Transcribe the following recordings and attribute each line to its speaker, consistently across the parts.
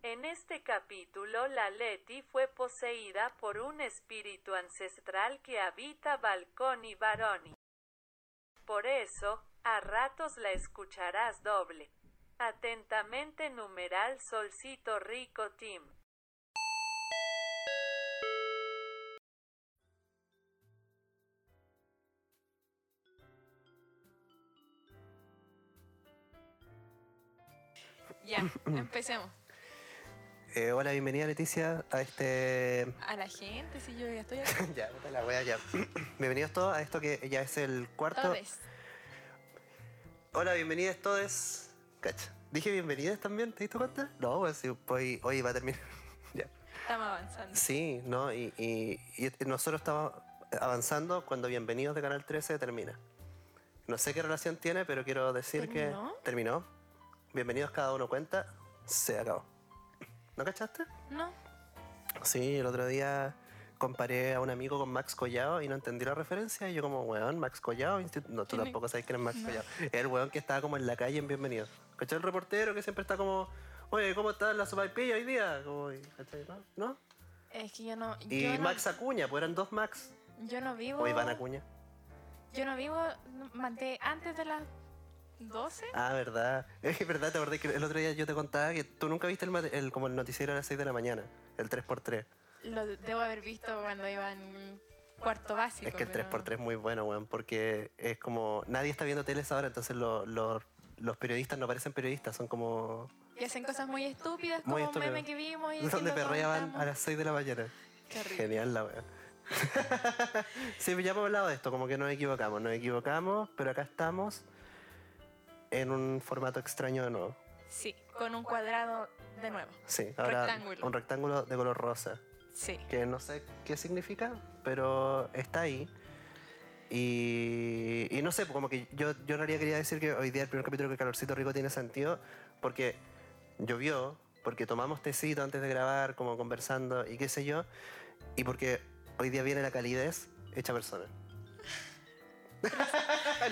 Speaker 1: En este capítulo la Leti fue poseída por un espíritu ancestral que habita Balcón y Baroni. Por eso, a ratos la escucharás doble. Atentamente numeral Solcito Rico Tim.
Speaker 2: Ya, empecemos.
Speaker 3: Eh, hola, bienvenida Leticia a este.
Speaker 2: A la gente, si yo ya estoy aquí.
Speaker 3: ya, puta la wea, ya. Bienvenidos todos a esto que ya es el cuarto.
Speaker 2: Todes.
Speaker 3: Hola, bienvenidos todos. Cacha. ¿Dije bienvenidas también? ¿Te diste cuenta? No, pues sí, hoy, hoy va a terminar. ya.
Speaker 2: Estamos avanzando.
Speaker 3: Sí, ¿no? Y, y- y nosotros estamos avanzando cuando Bienvenidos de Canal 13 termina. No sé qué relación tiene, pero quiero decir
Speaker 2: ¿Terminó?
Speaker 3: que. Terminó. Bienvenidos cada uno cuenta. Se acabó. ¿No cachaste?
Speaker 2: No,
Speaker 3: Sí, el otro día comparé a un amigo con Max Collado y no entendí la referencia. Y yo, como, weón, Max Collado. insti- No, tú
Speaker 2: ¿Quién es?
Speaker 3: tampoco sabes quién es Max Collado. Es el weón que estaba como en la calle en Bienvenido. ¿Cachai? El reportero que siempre está como, oye, ¿cómo está la sopaipilla hoy día? Como, y- ¿cachai? ¿No? ¿No?
Speaker 2: es que yo no.
Speaker 3: Y
Speaker 2: yo no-
Speaker 3: Max Acuña, pues eran dos Max.
Speaker 2: yo no vivo.
Speaker 3: O Iván Acuña.
Speaker 2: Yo no vivo no, manté antes de las 12.
Speaker 3: Ah, verdad. Es que, verdad, te acordé que el otro día yo te contaba que tú nunca viste el, mate- el- como el noticiero a las 6 de la mañana, el 3x3.
Speaker 2: Lo debo haber visto cuando iba en cuarto básico.
Speaker 3: Es que el
Speaker 2: pero-
Speaker 3: 3x3 es muy bueno, weón, porque es como. Nadie está viendo teles ahora, entonces lo- lo- los periodistas no parecen periodistas, son como.
Speaker 2: Y hacen cosas muy estúpidas, como
Speaker 3: Muy
Speaker 2: un
Speaker 3: estúpido.
Speaker 2: meme que vimos. Y que
Speaker 3: Donde
Speaker 2: lo
Speaker 3: perreaban
Speaker 2: comentamos.
Speaker 3: a las 6 de la mañana.
Speaker 2: Qué horrible.
Speaker 3: Genial la weón. sí, ya hemos hablado de esto, como que nos equivocamos, nos equivocamos, pero acá estamos en un formato extraño de nuevo.
Speaker 2: Sí, con un cuadrado de nuevo.
Speaker 3: Sí, ahora
Speaker 2: Rectángulo.
Speaker 3: un rectángulo de color rosa.
Speaker 2: Sí.
Speaker 3: que no sé qué significa, pero está ahí. Y, y no sé, pues, como que yo, yo en realidad quería decir que hoy día el primer capítulo que Calorcito Rico tiene sentido porque llovió, porque tomamos tecito antes de grabar, como conversando y qué sé yo, y porque hoy día viene la calidez hecha persona.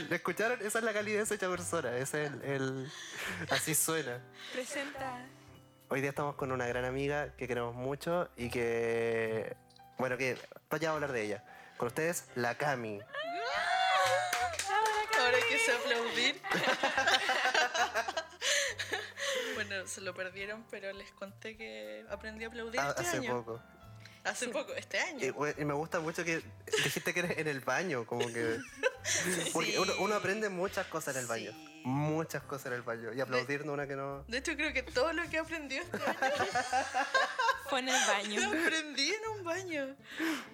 Speaker 3: ¿Lo escucharon? Esa es la calidez hecha persona, ese es el- el... Así suena.
Speaker 2: Presenta.
Speaker 3: Hoy día estamos con una gran amiga que queremos mucho y que. Bueno, que. Pues ya voy a hablar de ella. Con ustedes, la Cami.
Speaker 4: Ahora que se aplaudir. bueno, se lo perdieron, pero les conté que aprendí a aplaudir
Speaker 3: Ah,
Speaker 4: este
Speaker 3: hace
Speaker 4: año.
Speaker 3: poco. Eh,
Speaker 4: Hace poco, este
Speaker 3: Y,
Speaker 4: año.
Speaker 3: we- y me gusta mucho que dijiste que eres en el baño, como que. Porque uno, uno aprende muchas cosas en el baño.
Speaker 4: Sí.
Speaker 3: Muchas cosas en el baño. Y aplaudir no una que no.
Speaker 4: De hecho, creo que todo lo que aprendí este año
Speaker 2: Fue en el
Speaker 4: lo
Speaker 2: baño.
Speaker 4: aprendí en un baño.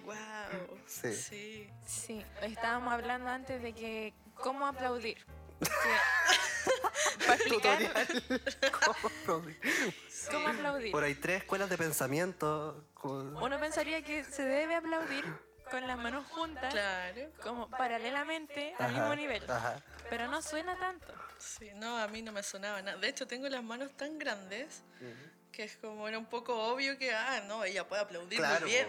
Speaker 4: Wow.
Speaker 3: Sí.
Speaker 4: sí.
Speaker 2: Sí, estábamos hablando antes de que cómo aplaudir. Que- Para explicar
Speaker 3: Tutorial. ¿Cómo aplaudir?
Speaker 2: cómo aplaudir.
Speaker 3: Por ahí tres escuelas de pensamiento. como-
Speaker 2: Uno pensaría que se debe aplaudir con las manos juntas,
Speaker 4: Claro.
Speaker 2: como paralelamente al
Speaker 3: Ajá,
Speaker 2: mismo nivel,
Speaker 3: Ajá.
Speaker 2: pero no suena tanto.
Speaker 4: Sí, no, a mí no me sonaba nada. De hecho, tengo las manos tan grandes que es como era un poco obvio que, ah, no, ella puede aplaudir
Speaker 3: Claro, pues,
Speaker 4: muy bien.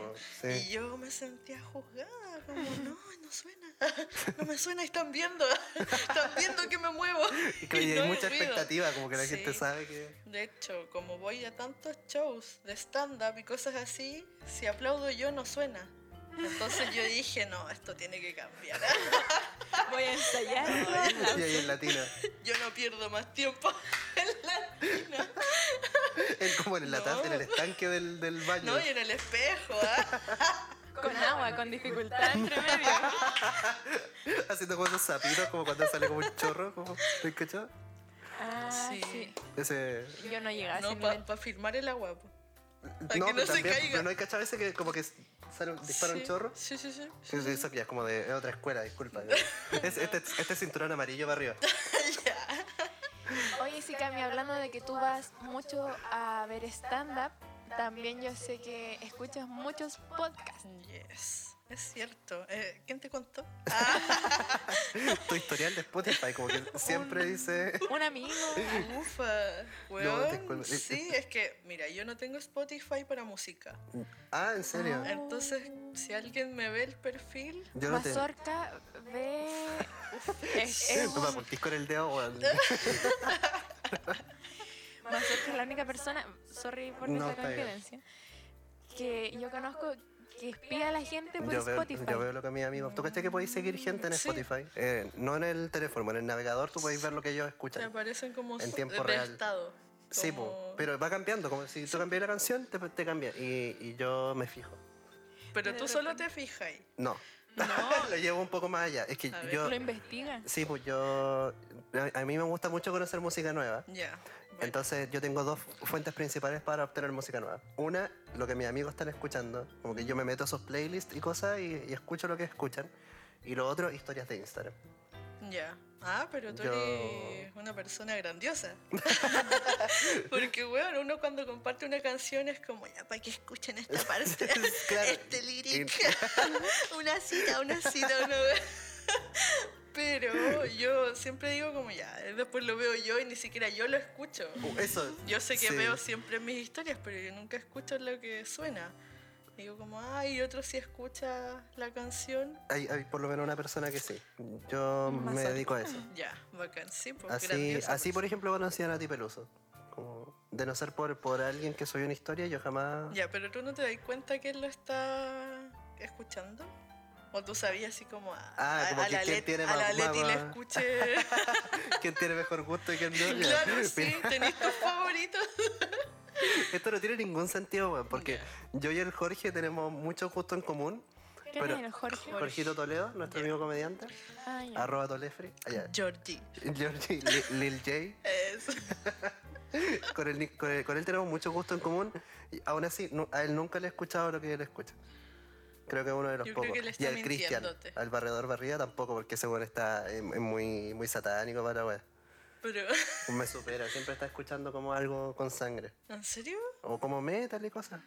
Speaker 3: sí.
Speaker 4: Y yo me sentía juzgada, como, no, no suena, no me suena, están viendo, están viendo que me muevo.
Speaker 3: Y que hay
Speaker 4: no he
Speaker 3: mucha
Speaker 4: movido.
Speaker 3: expectativa, como que la gente
Speaker 4: Sí.
Speaker 3: sabe que.
Speaker 4: De hecho, como voy a tantos shows de stand-up y cosas así, si aplaudo yo no suena. Entonces yo dije, no, esto tiene que cambiar. ¿eh?
Speaker 2: Voy a ensayar.
Speaker 3: Y ahí en latino.
Speaker 4: Yo no pierdo más tiempo en la tina.
Speaker 3: En- como en la
Speaker 4: No.
Speaker 3: taza, en el estanque del, del baño.
Speaker 4: No, y en el espejo, ¿ah?
Speaker 2: Con agua, con dificultad entre medio.
Speaker 3: Haciendo como esos sapitos, como cuando sale como un chorro, como, ¿te cachó?
Speaker 2: Ah, sí.
Speaker 4: Sí.
Speaker 3: Ese.
Speaker 2: Yo no llegaba a
Speaker 4: No,
Speaker 2: ese
Speaker 4: para
Speaker 2: nivel.
Speaker 4: firmar el agua. po. que
Speaker 3: pero
Speaker 4: no se caiga.
Speaker 3: pero no hay cachado ese que como que sale, un- dispara
Speaker 4: Sí,
Speaker 3: un chorro.
Speaker 4: Sí, sí, sí.
Speaker 3: Sí, sí, Eso ya es como de es otra escuela, disculpa. ya. Es- este, este cinturón amarillo para arriba.
Speaker 4: Ya.
Speaker 2: Oye, sí, Cami, hablando de que tú vas mucho a ver stand-up, también yo sé que escuchas muchos podcasts.
Speaker 4: Yes. Es cierto. Eh, ¿Quién te contó? Ah,
Speaker 3: Tu historial de Spotify, como que siempre dice.
Speaker 2: Un amigo.
Speaker 4: Ufa. Weón.
Speaker 3: disculpa.
Speaker 4: sí, es que, mira, yo no tengo Spotify para música.
Speaker 3: Ah, en serio.
Speaker 2: Ah.
Speaker 4: Entonces, si alguien me ve el perfil,
Speaker 3: Yo no te.
Speaker 2: Mazorca ve. Es, es
Speaker 3: Tú me
Speaker 2: un-
Speaker 3: pues, apuntís con el dedo, weón.
Speaker 2: Mazorca es la única persona, sorry por esa
Speaker 3: No, está bien.
Speaker 2: confidencia, que yo conozco que espía a la gente por
Speaker 3: Yo veo,
Speaker 2: Spotify.
Speaker 3: yo veo lo que mis amigos. ¿Tú crees que podéis seguir gente en
Speaker 4: Sí.
Speaker 3: Spotify? Eh, no en el teléfono, en el navegador tú podéis ver lo que ellos
Speaker 4: Te
Speaker 3: escuchan.
Speaker 4: aparecen como
Speaker 3: En
Speaker 4: su-
Speaker 3: tiempo
Speaker 4: de
Speaker 3: real.
Speaker 4: estado.
Speaker 3: Sí,
Speaker 4: como-
Speaker 3: po, pero va cambiando. Como si tú cambias la canción, te, te cambia. Y, y yo me fijo.
Speaker 4: Pero
Speaker 2: De
Speaker 4: tú solo
Speaker 2: repente.
Speaker 4: te fijas.
Speaker 3: No. lo llevo un poco más allá. Es que
Speaker 4: A ver.
Speaker 3: yo.
Speaker 2: Lo investigan.
Speaker 3: Sí, pues yo. A, a mí me gusta mucho conocer música nueva.
Speaker 4: Ya. bueno.
Speaker 3: Entonces yo tengo dos fuentes principales para obtener música nueva. Una, lo que mis amigos están escuchando. Como que yo me meto a esos playlists y cosas y, y escucho lo que escuchan. Y lo otro, historias de Instagram.
Speaker 4: Ya. Ah, pero tú
Speaker 3: Yo-
Speaker 4: eres una persona grandiosa. Porque, weón, uno cuando comparte una canción es como, ya, para que escuchen esta parte,
Speaker 3: Claro.
Speaker 4: este lyric. una cita, una cita, una we- Pero yo siempre digo como, ya, después lo veo yo y ni siquiera yo lo escucho.
Speaker 3: Uh, Eso.
Speaker 4: Yo sé que
Speaker 3: Sí.
Speaker 4: veo siempre mis historias, pero yo nunca escucho lo que suena. Digo como, ay, y otro sí escucha la canción.
Speaker 3: Hay, hay por lo menos una persona que sí. Yo
Speaker 2: Más
Speaker 3: me
Speaker 2: cerca.
Speaker 3: dedico a eso.
Speaker 4: Ya, bacán, sí, pues,
Speaker 3: Así,
Speaker 4: grandioso,
Speaker 3: así
Speaker 4: pues.
Speaker 3: por ejemplo, conocí a Nati Peluso. Como, de no ser por, por alguien que soy una historia, yo jamás...
Speaker 4: Ya, pero tú no te das cuenta que él lo está escuchando. O tú sabías así como a,
Speaker 3: Ah,
Speaker 4: a-
Speaker 3: como
Speaker 4: a
Speaker 3: que
Speaker 4: la,
Speaker 3: quién
Speaker 4: Let-
Speaker 3: tiene
Speaker 4: a
Speaker 3: más
Speaker 4: la Leti
Speaker 3: guagua.
Speaker 4: la escuché.
Speaker 3: ¿Quién tiene mejor gusto y quién no? Ya.
Speaker 4: claro, sí,
Speaker 3: Mira,
Speaker 4: tenés tus favoritos.
Speaker 3: Esto no tiene ningún sentido, weón, porque
Speaker 4: Ya.
Speaker 3: yo y el Jorge tenemos mucho gusto en común.
Speaker 2: ¿Quién
Speaker 3: Pero-
Speaker 2: es el Jorge?
Speaker 3: Jorgito Toledo, nuestro amigo comediante,
Speaker 2: Ah, ya.
Speaker 3: arroba Tolefri. Allá.
Speaker 4: Georgie.
Speaker 3: Georgie, Li- Lil J.
Speaker 4: Eso.
Speaker 3: con él, ni- con, él, con él tenemos mucho gusto en común. Y aún así, nu- a él nunca le he escuchado lo que él escucha. Creo que es uno de los
Speaker 4: Yo creo
Speaker 3: pocos.
Speaker 4: que él está
Speaker 3: y al Cristian,
Speaker 4: mintiéndote.
Speaker 3: al barredor barrida tampoco, porque ese weón está eh, muy, muy satánico para weón.
Speaker 4: Pero,
Speaker 3: Me supera, siempre está escuchando como algo con sangre.
Speaker 4: ¿en serio?
Speaker 3: O como metal y cosas.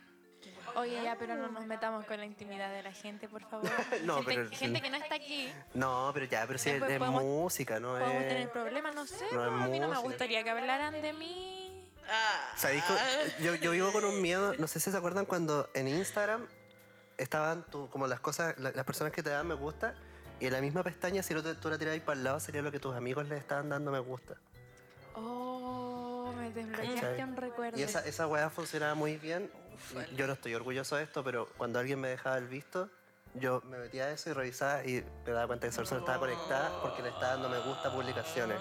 Speaker 2: Oye, ya, pero no nos metamos con la intimidad de la gente, por favor.
Speaker 3: No,
Speaker 2: gente,
Speaker 3: pero-
Speaker 2: gente que no está aquí,
Speaker 3: No, pero ya, pero si
Speaker 2: Ya,
Speaker 3: es,
Speaker 2: pues,
Speaker 3: es
Speaker 2: podemos-
Speaker 3: música, ¿no?
Speaker 2: podemos
Speaker 3: Es...
Speaker 2: tener problemas, no sé.
Speaker 3: no
Speaker 2: No,
Speaker 3: es
Speaker 2: a mí no me
Speaker 3: música.
Speaker 2: gustaría que hablaran de mí.
Speaker 4: Ah.
Speaker 3: ¿Sabéis co- yo, yo vivo con un miedo, no sé si se acuerdan cuando en Instagram estaban tu- como las cosas, la- las personas que te daban me gusta y en la misma pestaña si lo te- tú la tirabas para el lado sería lo que tus amigos le estaban dando me gusta.
Speaker 2: Oh, me desbloqueaste
Speaker 3: ¿Cachai?
Speaker 2: un recuerdo.
Speaker 3: Y esa, esa weá funcionaba muy bien.
Speaker 4: Uf, vale.
Speaker 3: Yo no estoy orgulloso de esto, pero cuando alguien me dejaba el visto, yo me metía a eso y revisaba y me daba cuenta que esa persona estaba conectada porque le estaba dando me gusta a publicaciones.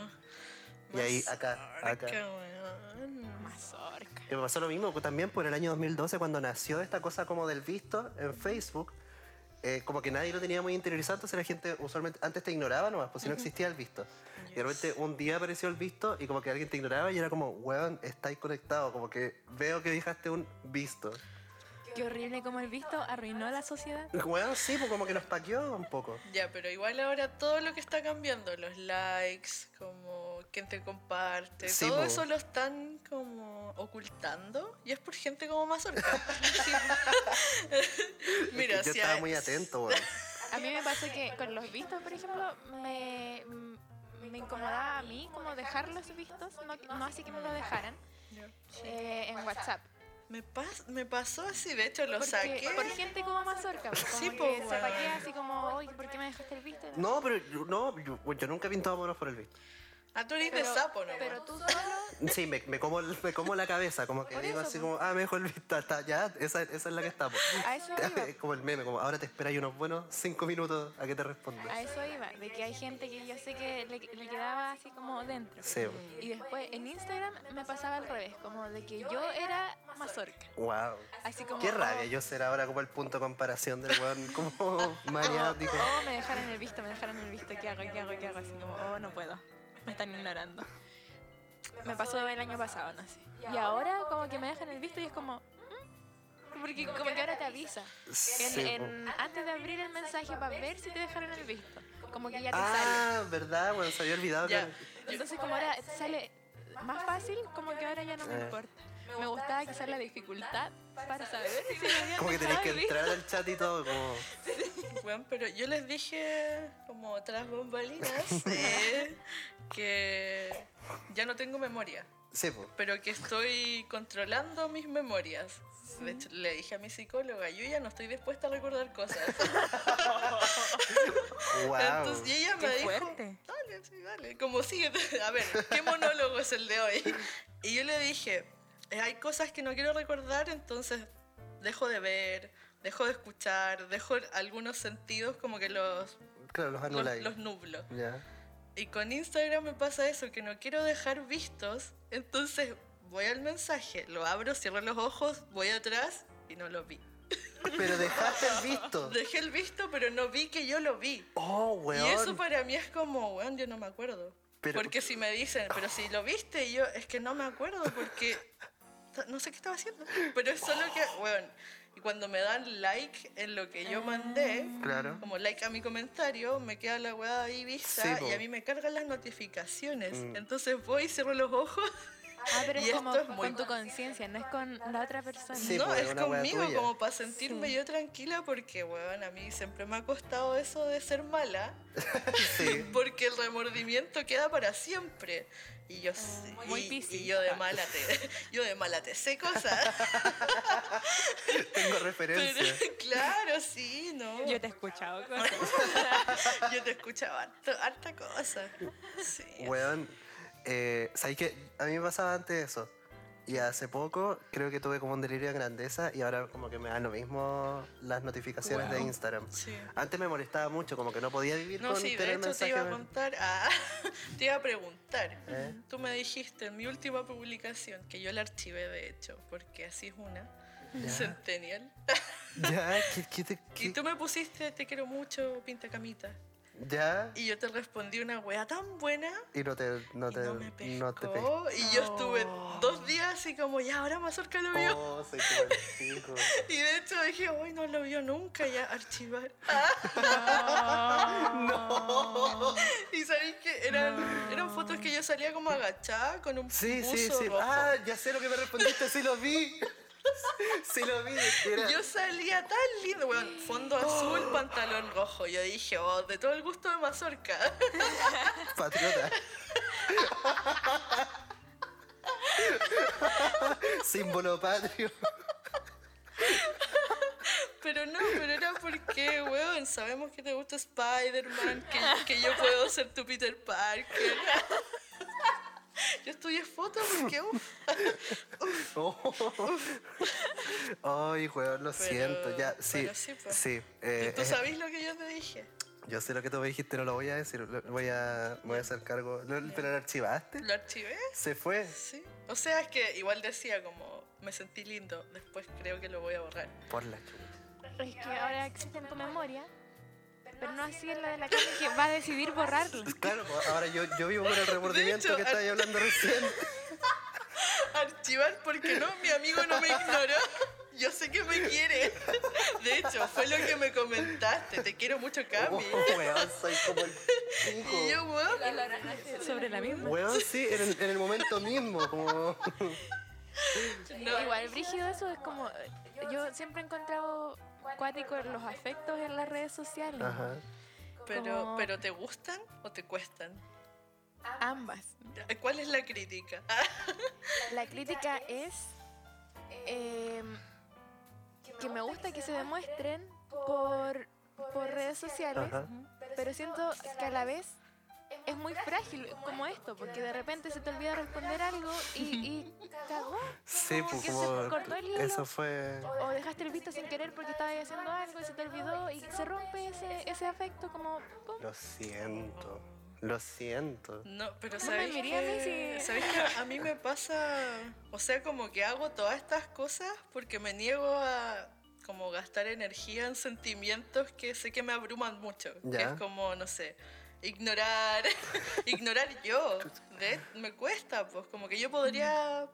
Speaker 3: Y ahí, acá, acá.
Speaker 4: Mazorca, weón.
Speaker 2: Mazorca.
Speaker 3: Y me pasó lo mismo también por el año 2012 cuando nació esta cosa como del visto en Facebook. eh, como que nadie lo tenía muy interiorizado, entonces la gente usualmente antes te ignoraba nomás, pues si no existía el visto. Y de repente un día apareció el visto y como que alguien te ignoraba y era como, weón, estáis conectado, como que veo que dejaste un visto.
Speaker 2: Qué horrible como el visto arruinó la sociedad.
Speaker 3: Weón, sí, pues como que nos paqueó un poco.
Speaker 4: Ya, pero igual ahora todo lo que está cambiando, los likes, como quién te comparte,
Speaker 3: Sí,
Speaker 4: todo
Speaker 3: po.
Speaker 4: eso lo están como ocultando y es por gente como Mazorca. Mira,
Speaker 3: yo
Speaker 4: si
Speaker 3: estaba
Speaker 4: a-
Speaker 3: muy atento, weón.
Speaker 2: A mí me pasó que con los vistos, por ejemplo, me, me incomodaba a mí como dejar los vistos, no, no así que me lo dejaran,
Speaker 4: Ya.
Speaker 2: eh, en WhatsApp.
Speaker 4: Me, pas- me pasó así, de hecho lo
Speaker 2: Porque-
Speaker 4: saqué.
Speaker 2: Por gente como Mazorca, pues, como
Speaker 4: Sí,
Speaker 2: que
Speaker 4: po,
Speaker 2: se
Speaker 4: weón.
Speaker 2: paquea así como, oye, ¿por qué me dejaste el visto?
Speaker 3: No, pero yo, no, yo, yo nunca he pintado monos por el visto.
Speaker 4: Ah, tú eres de sapo, ¿no?
Speaker 2: Pero tú solo,
Speaker 3: Sí, me, me, como, el- me como la cabeza, como que
Speaker 2: Por
Speaker 3: digo
Speaker 2: eso,
Speaker 3: así
Speaker 2: pues.
Speaker 3: como, ah, me dejó el visto, hasta ya, esa, esa es la que estamos.
Speaker 2: a eso
Speaker 3: Es
Speaker 2: iba.
Speaker 3: como el meme, como ahora te esperáis unos buenos cinco minutos a que te respondas.
Speaker 2: A eso iba, de que hay gente que yo sé que le, le quedaba así como dentro.
Speaker 3: Sí,
Speaker 2: Y después en Instagram me pasaba al revés, como de que yo era mazorca.
Speaker 3: wow.
Speaker 2: Así como.
Speaker 3: Qué
Speaker 2: oh,
Speaker 3: rabia yo ser ahora como el punto de comparación del weón como maniático.
Speaker 2: Oh, me dejaron el visto, me dejaron el visto, ¿qué hago, qué hago, qué hago? Así como, oh, no puedo, me están ignorando. Me pasó el año pasado, no sé. Y ahora como que me dejan el visto y es como, ¿Mm? porque como que ahora te avisa. En-
Speaker 3: Sí,
Speaker 2: en- antes de abrir el mensaje para ver si te dejaron el visto, como que ya te sale.
Speaker 3: Ah, verdad, bueno, se había olvidado
Speaker 4: Ya.
Speaker 3: que...
Speaker 2: Entonces como ahora te sale más fácil, como que ahora ya no me
Speaker 3: Eh.
Speaker 2: importa. Me gustaba quizás la dificultad para saber si me habían
Speaker 3: Como que tenés
Speaker 2: dejado
Speaker 3: que
Speaker 2: el visto.
Speaker 3: entrar al chat y todo, como...
Speaker 4: Weón, pero yo les dije, como tras bombalinas, eh, que ya no tengo memoria.
Speaker 3: Sí, po.
Speaker 4: pero que estoy controlando mis memorias. De hecho, le dije a mi psicóloga, yo ya no estoy dispuesta a recordar cosas.
Speaker 3: Wow.
Speaker 4: Entonces, y ella me
Speaker 2: Qué
Speaker 4: dijo,
Speaker 2: fuerte.
Speaker 4: dale, sí, dale. Como sigue, a ver, ¿qué monólogo es el de hoy? Y yo le dije, eh, hay cosas que no quiero recordar, entonces dejo de ver, dejo de escuchar, dejo algunos sentidos como que los,
Speaker 3: Claro, los
Speaker 4: los,
Speaker 3: anuláis.
Speaker 4: los nublo.
Speaker 3: Ya.
Speaker 4: Y con Instagram me pasa eso, que no quiero dejar vistos, entonces voy al mensaje, lo abro, cierro los ojos, voy atrás y no lo vi.
Speaker 3: Pero dejaste el visto.
Speaker 4: Dejé el visto, pero no vi que yo lo vi.
Speaker 3: Oh, weón.
Speaker 4: Y eso para mí es como, weón, yo no me acuerdo.
Speaker 3: Pero-
Speaker 4: porque si me dicen, pero si lo viste, y yo, es que no me acuerdo porque ta- no sé qué estaba haciendo. Pero es solo que, weón, y cuando me dan like en lo que yo mandé,
Speaker 3: Claro.
Speaker 4: como like a mi comentario, me queda la weá ahí vista
Speaker 3: Sí, po.
Speaker 4: y a mí me cargan las notificaciones.
Speaker 3: Mm.
Speaker 4: Entonces voy, cierro los ojos.
Speaker 2: Ah, pero
Speaker 4: Y
Speaker 2: es
Speaker 4: esto
Speaker 2: como
Speaker 4: es muy-
Speaker 2: con tu conciencia, no es con la otra persona.
Speaker 3: Sí,
Speaker 4: no,
Speaker 3: po, es
Speaker 4: es
Speaker 3: una weá
Speaker 4: conmigo,
Speaker 3: tuya.
Speaker 4: como para sentirme
Speaker 2: Sí.
Speaker 4: yo tranquila, porque, weón, a mí siempre me ha costado eso de ser mala.
Speaker 3: Sí.
Speaker 4: Porque el remordimiento queda para siempre. Y yo, sé-
Speaker 2: Ah, muy
Speaker 4: y-
Speaker 2: Piscis. Ah.
Speaker 4: y yo de mala te, yo de mala te sé cosas.
Speaker 3: Tengo
Speaker 4: Pero,
Speaker 3: referencia.
Speaker 4: claro, sí, no.
Speaker 2: Yo te he escuchado. cosas.
Speaker 4: Yo te escuchaba harto- harta cosa. Sí.
Speaker 3: Weón, eh, ¿sabes qué? A mí me pasaba antes eso. Y hace poco creo que tuve como un delirio de grandeza y ahora como que me dan lo mismo las notificaciones de
Speaker 2: Wow.
Speaker 3: Instagram.
Speaker 4: Sí.
Speaker 3: Antes me molestaba mucho, como que no podía vivir
Speaker 4: No,
Speaker 3: con
Speaker 4: sí,
Speaker 3: tener
Speaker 4: de hecho te
Speaker 3: mensajes.
Speaker 4: iba a contar, ah, te iba a preguntar.
Speaker 3: ¿Eh?
Speaker 4: Tú me dijiste en mi última publicación, que yo la archivé de hecho, porque así es una,
Speaker 3: Ya.
Speaker 4: Centennial.
Speaker 3: Ya, ¿qué, qué te-
Speaker 4: Y
Speaker 3: qué-
Speaker 4: tú me pusiste, te quiero mucho, pinta camita.
Speaker 3: ya,
Speaker 4: Y yo te respondí una wea tan buena
Speaker 3: y no te, no
Speaker 4: Y
Speaker 3: te,
Speaker 4: no me
Speaker 3: no te pescó.
Speaker 4: pescó. Y yo estuve dos días así como, ya, ahora Mazorca lo vio.
Speaker 3: Oh, soy como el pico.
Speaker 4: Y de hecho dije, hoy no lo vio nunca, ya, archivar.
Speaker 3: Ah.
Speaker 4: Ah,
Speaker 2: No.
Speaker 4: Y sabéis que eran,
Speaker 2: No.
Speaker 4: eran fotos que yo salía como agachada con un
Speaker 3: Sí,
Speaker 4: buzo
Speaker 3: sí, sí.
Speaker 4: rojo.
Speaker 3: Ah, ya sé lo que me respondiste, sí lo vi. Sí lo vi. Era-
Speaker 4: Yo salía tan lindo, weón, fondo azul, pantalón rojo. Yo dije, oh, de todo el gusto de Mazorca.
Speaker 3: Patriota. Símbolo patrio.
Speaker 4: Pero no, pero era porque, weón, sabemos que te gusta Spider-Man, que, que yo puedo ser tu Peter Parker. Yo estudié fotos porque, uff,
Speaker 3: Oh. Ay, weón, lo
Speaker 4: Pero-
Speaker 3: siento. Ya, sí.
Speaker 4: pero sí, pues.
Speaker 3: Sí. eh,
Speaker 4: ¿Tú
Speaker 3: eh,
Speaker 4: sabes lo que yo te dije?
Speaker 3: yo sé lo que tú me dijiste, no lo voy a decir. lo- Voy a, voy a hacer cargo. Lo- ¿Pero lo archivaste?
Speaker 4: ¿Lo archivé?
Speaker 3: Se fue.
Speaker 4: Sí. O sea, es que igual decía como, me sentí lindo, después creo que lo voy a borrar.
Speaker 3: Por la chucha.
Speaker 2: Es que ahora existe en tu memoria, pero no así en la de la gente que va a decidir borrarlo.
Speaker 3: Claro, pues, ahora yo, yo vivo con el remordimiento
Speaker 4: hecho,
Speaker 3: que
Speaker 4: ar-
Speaker 3: estabas hablando recién.
Speaker 4: Archivar porque no, mi amigo no me ignoró. Yo sé que me quiere. De hecho, fue lo que me comentaste. Te quiero mucho,
Speaker 3: Oh,
Speaker 4: Cami.
Speaker 3: weón, soy como el pico.
Speaker 4: Y yo, weón,
Speaker 2: Sobre la misma.
Speaker 3: Weón, sí, en el, en el momento mismo. Como...
Speaker 4: no.
Speaker 2: Igual, brígido eso es como... Yo siempre he encontrado cuático los afectos en las redes sociales.
Speaker 3: Ajá.
Speaker 4: Pero,
Speaker 2: Como-
Speaker 4: pero ¿te gustan o te cuestan?
Speaker 2: Ambas.
Speaker 4: ¿Cuál es la crítica? Ah,
Speaker 2: La crítica es eh, que me gusta que se demuestren por, por redes sociales,
Speaker 3: Ajá.
Speaker 2: pero siento que a la vez es muy frágil como esto, porque de repente se te olvida responder algo y, y cagó.
Speaker 3: Sí,
Speaker 2: como
Speaker 3: pues
Speaker 2: que se
Speaker 3: como
Speaker 2: cortó el hilo.
Speaker 3: eso fue.
Speaker 2: O dejaste el visto sin querer porque estabas haciendo algo y se te olvidó y se rompe ese, ese afecto como... pum.
Speaker 3: Lo siento, lo siento.
Speaker 4: No, pero
Speaker 2: No me
Speaker 4: ¿sabéis
Speaker 2: miré a mí,
Speaker 4: que,
Speaker 2: sí.
Speaker 4: sabéis que a mí me pasa, o sea, como que hago todas estas cosas porque me niego a como gastar energía en sentimientos que sé que me abruman mucho. que
Speaker 3: Ya.
Speaker 4: es como, no sé, ignorar, ignorar yo. De- me cuesta, pues como que yo podría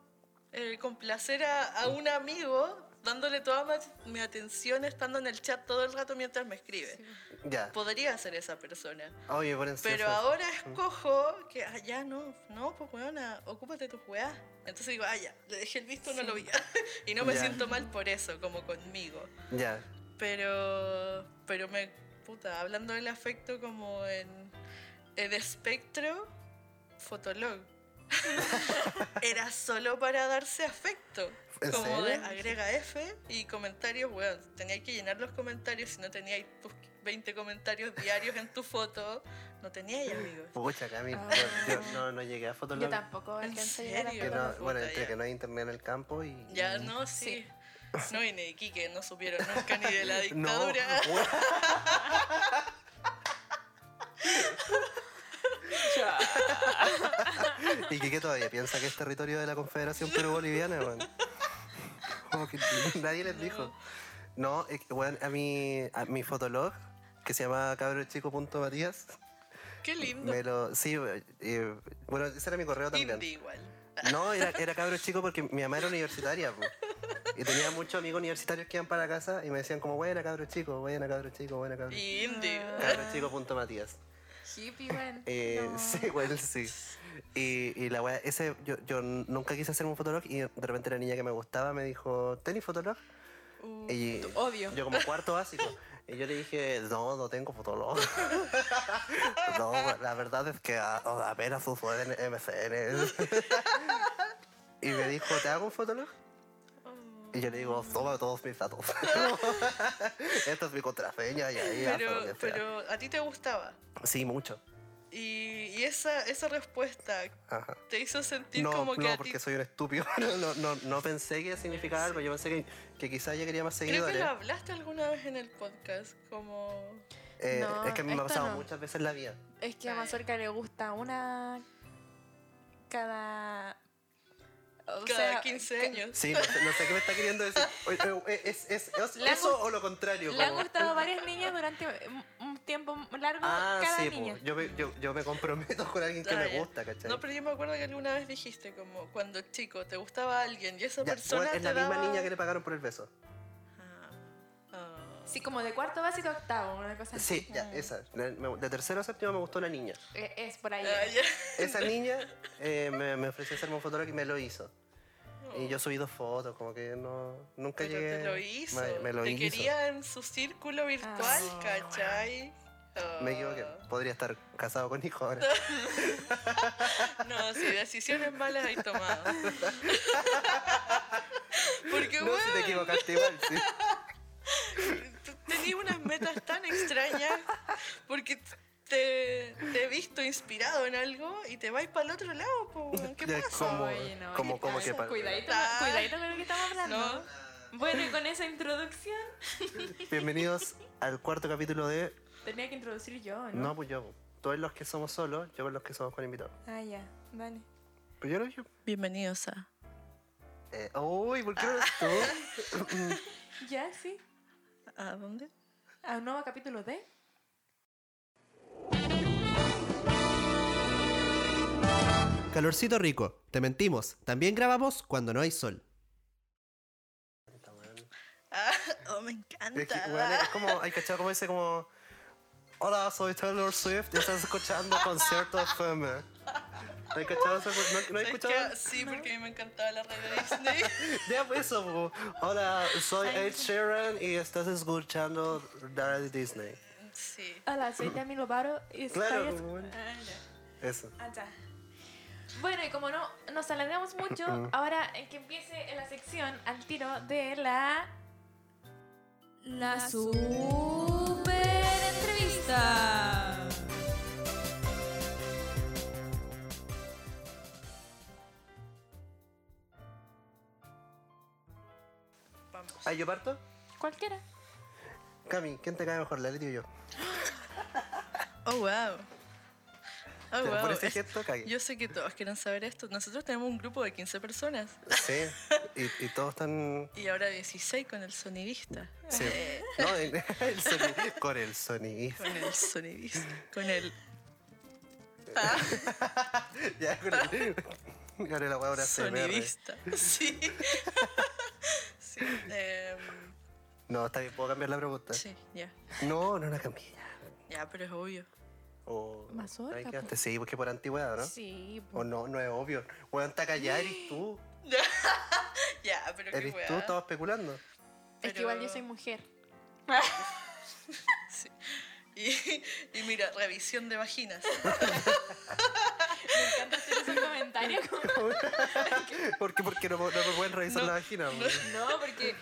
Speaker 4: eh, complacer a, a un amigo dándole toda ma- mi atención estando en el chat todo el rato mientras me escribe.
Speaker 3: Ya.
Speaker 2: Pues,
Speaker 4: Podría ser esa persona.
Speaker 3: Oye, por encima.
Speaker 4: Pero ahora escojo que, ah, ya no, no, pues weona, ocúpate de tus weas. Entonces digo, ah, ya, le dejé el visto, no lo vi. y no me
Speaker 3: Ya.
Speaker 4: siento mal por eso, como conmigo.
Speaker 3: Ya.
Speaker 4: Pero, pero me, puta, hablando del afecto como en, en espectro, Fotolog. Era solo para darse afecto.
Speaker 3: ¿En
Speaker 4: Como de
Speaker 3: serio?
Speaker 4: agrega F y comentarios, weón. Tenías que llenar los comentarios si no tenías tus 20 comentarios diarios en tu foto. No tenía ya amigos.
Speaker 3: Pucha, Cami,
Speaker 2: Ah.
Speaker 3: yo, yo no, no llegué a Fotolog.
Speaker 2: Yo tampoco
Speaker 4: ¿En
Speaker 2: alcancé a llegar a
Speaker 4: serio?
Speaker 3: Que no-
Speaker 2: Fotolog.
Speaker 4: Puta,
Speaker 3: bueno, entre
Speaker 4: ya.
Speaker 3: que no hay internet en el campo y...
Speaker 4: Ya,
Speaker 3: y-
Speaker 4: no, sí. No, y de Iquique no supieron nunca ni de la dictadura.
Speaker 3: No, bueno, y que todavía piensa que es territorio de la Confederación Perú-Boliviana, weón. Como que nadie les dijo. No, es que, weón, a mi, a mi fotolog, que se llama cabrochico.matías,
Speaker 4: Qué lindo.
Speaker 3: me lo... Sí, eh, bueno, ese era mi correo también.
Speaker 4: Indie igual.
Speaker 3: No, era, era cabro chico porque mi mamá era universitaria. po. Y tenía muchos amigos universitarios que iban para casa y me decían como, buena cabro chico, buena cabro chico, buena cabro chico.
Speaker 4: Y indie.
Speaker 3: Cabro chico punto Matías.
Speaker 2: Hippie, weón.
Speaker 3: Eh,
Speaker 2: No.
Speaker 3: Sí, bueno, sí. Y, y la weá, ese, yo, yo nunca quise hacer un fotolog y de repente la niña que me gustaba me dijo, ¿tenis fotolog?
Speaker 4: Uh,
Speaker 3: Y
Speaker 2: Odio.
Speaker 3: yo como cuarto básico. Y yo le dije, no, no tengo fotolog. no, la verdad es que a- apenas uso en MCN. y me dijo, ¿te hago un fotolog? Y yo le digo, toma todos mis datos. Esta es mi contraseña y ahí haz lo
Speaker 4: pero,
Speaker 3: que sea.
Speaker 4: pero a ti te gustaba.
Speaker 3: Sí, mucho.
Speaker 4: Y, y esa, esa respuesta
Speaker 3: Ajá.
Speaker 4: te hizo sentir
Speaker 3: no,
Speaker 4: como que
Speaker 3: no,
Speaker 4: a ti.
Speaker 3: porque soy un estúpido. No, no, no, no pensé que significaba algo. Yo pensé que, que quizás ella quería más
Speaker 4: Creo que
Speaker 3: seguidores.
Speaker 4: lo hablaste alguna vez en el podcast. Como.
Speaker 3: Eh,
Speaker 2: No,
Speaker 3: es que a mí me ha
Speaker 2: esto
Speaker 3: pasado
Speaker 2: no.
Speaker 3: muchas veces en la vida.
Speaker 2: Es que
Speaker 4: Ah,
Speaker 2: a
Speaker 4: ya.
Speaker 2: Mazorca le gusta una cada. o
Speaker 4: cada
Speaker 2: sea,
Speaker 4: 15
Speaker 2: ca-
Speaker 4: años.
Speaker 3: Sí, no sé, no sé qué me está queriendo decir. O- o- ¿Es, es- es
Speaker 2: Le ha
Speaker 3: eso
Speaker 2: gust-
Speaker 3: o lo contrario?
Speaker 2: Le han
Speaker 3: como-
Speaker 2: gustado varias niñas durante un- un tiempo largo
Speaker 3: Ah,
Speaker 2: cada
Speaker 3: sí,
Speaker 2: niña.
Speaker 3: po. yo me, yo, yo me comprometo con alguien que
Speaker 4: Ah,
Speaker 3: me
Speaker 4: ya.
Speaker 3: gusta, ¿cachai?
Speaker 4: No, pero yo me acuerdo que alguna vez dijiste como cuando chico te gustaba alguien y esa
Speaker 3: Ya,
Speaker 4: persona
Speaker 3: bueno,
Speaker 4: te
Speaker 3: es la misma
Speaker 4: daba-
Speaker 3: niña que le pagaron por el beso.
Speaker 4: Ah, ah.
Speaker 2: Sí, como de cuarto básico a octavo, una cosa así.
Speaker 3: Sí, ya, esa. Me- me- De tercero a séptimo me gustó una niña.
Speaker 2: Eh, Es por ahí.
Speaker 4: Ah, ya.
Speaker 3: Esa niña eh, me, me ofreció hacerme un fotógrafo y me lo hizo. Y yo subí dos fotos, como que no, nunca
Speaker 4: Oh, Pero
Speaker 3: llegué.
Speaker 4: te lo hizo.
Speaker 3: Me, me lo
Speaker 4: te
Speaker 3: hizo.
Speaker 4: quería en su círculo virtual,
Speaker 2: Ah.
Speaker 4: ¿cachai? Ah.
Speaker 3: Me equivoqué. Podría estar casado con hijo ahora.
Speaker 4: No, sí, decisiones malas hay tomado. Porque,
Speaker 3: No, si te
Speaker 4: weón,
Speaker 3: equivocaste igual, sí.
Speaker 4: tú tenías unas metas tan extrañas porque te, te he visto inspirado en algo y te vas para el otro lado, po, weón. ¿Qué
Speaker 3: Ya,
Speaker 4: pasa?
Speaker 3: como-
Speaker 2: Oye, no,
Speaker 3: como-
Speaker 2: ¿qué
Speaker 3: como
Speaker 2: pasa?
Speaker 3: que pa-
Speaker 2: Cuidadito,
Speaker 4: Ah.
Speaker 2: cuidadito con lo que estamos hablando.
Speaker 4: ¿No?
Speaker 2: Bueno, y con esa introducción
Speaker 3: Bienvenidos al cuarto capítulo de.
Speaker 2: tenía que introducir yo, ¿no?
Speaker 3: No, pues yo. Todos los que somos solos, yo con los que somos con invitados.
Speaker 2: Ah, ya, dale.
Speaker 3: Pero yo no yo.
Speaker 4: Bienvenidos a...
Speaker 3: Eh, uy, ¿por qué no eres tú?
Speaker 2: Ya, sí.
Speaker 4: ¿A dónde?
Speaker 2: A un nuevo capítulo de.
Speaker 5: Calorcito rico, te mentimos. También grabamos cuando no hay sol.
Speaker 4: Ah, oh, me
Speaker 3: Es, que,
Speaker 4: encanta.
Speaker 3: weón, es como, hay cachado como ese como. Hola, soy Taylor Swift y estás escuchando concierto FM. ¿Hay cachado eso? ¿No, no he
Speaker 4: Es
Speaker 3: escuchado?
Speaker 4: que- sí, porque a mí me encantaba la radio Disney.
Speaker 3: Ya, pues eso, po. Hola, soy Ed Sheeran y estás escuchando Radio Disney.
Speaker 4: Sí.
Speaker 2: Hola, soy Demi Lovato y
Speaker 3: Claro,
Speaker 2: estoy-
Speaker 3: como bueno.
Speaker 2: Ah, ya.
Speaker 3: Eso.
Speaker 2: Ah, ya. Bueno, y como no nos alargamos mucho, ahora eh, que empiece la sección al tiro de la. La super entrevista.
Speaker 4: Vamos.
Speaker 3: Ah, ¿yo parto?
Speaker 2: Cualquiera.
Speaker 3: Cami, ¿quién te cae mejor, la Leti o yo?
Speaker 4: Oh, wow. Oh,
Speaker 3: Pero Por
Speaker 4: wow.
Speaker 3: ese
Speaker 4: Es-
Speaker 3: gesto, cague.
Speaker 4: Yo sé que todos quieren saber esto. Nosotros tenemos un grupo de 15 personas
Speaker 3: Sí, y, y todos están...
Speaker 4: y ahora 16 con el sonidista.
Speaker 3: Sí. No, en- el soni- con el sonidista.
Speaker 4: Con el sonidista. Con el
Speaker 3: Ya, con el... Con el agua ahora se
Speaker 4: sonidista. Sí. sí. em,
Speaker 3: No, está bien, ¿puedo cambiar la pregunta?
Speaker 4: sí, ya.
Speaker 3: No, no la cambié. ya.
Speaker 4: Ya, pero es obvio.
Speaker 3: O...
Speaker 2: Mazorca,
Speaker 3: ahí
Speaker 2: po.
Speaker 3: quedaste. Sí, porque por antigüedad, ¿no?
Speaker 2: Sí.
Speaker 3: O no, no es obvio. Weón, está callada, eres tú.
Speaker 4: Ya, pero qué
Speaker 3: Eres tú,
Speaker 2: ¿eh?
Speaker 4: weá.
Speaker 3: estaba especulando.
Speaker 2: Es que
Speaker 4: pero-
Speaker 2: igual yo soy mujer.
Speaker 4: Y, y mira, revisión de vaginas.
Speaker 2: Me encanta hacer esos comentarios. como-
Speaker 3: ¿Por qué? Porque no, no me pueden revisar
Speaker 4: No,
Speaker 3: la vagina.
Speaker 4: no.
Speaker 3: weón.
Speaker 2: No, porque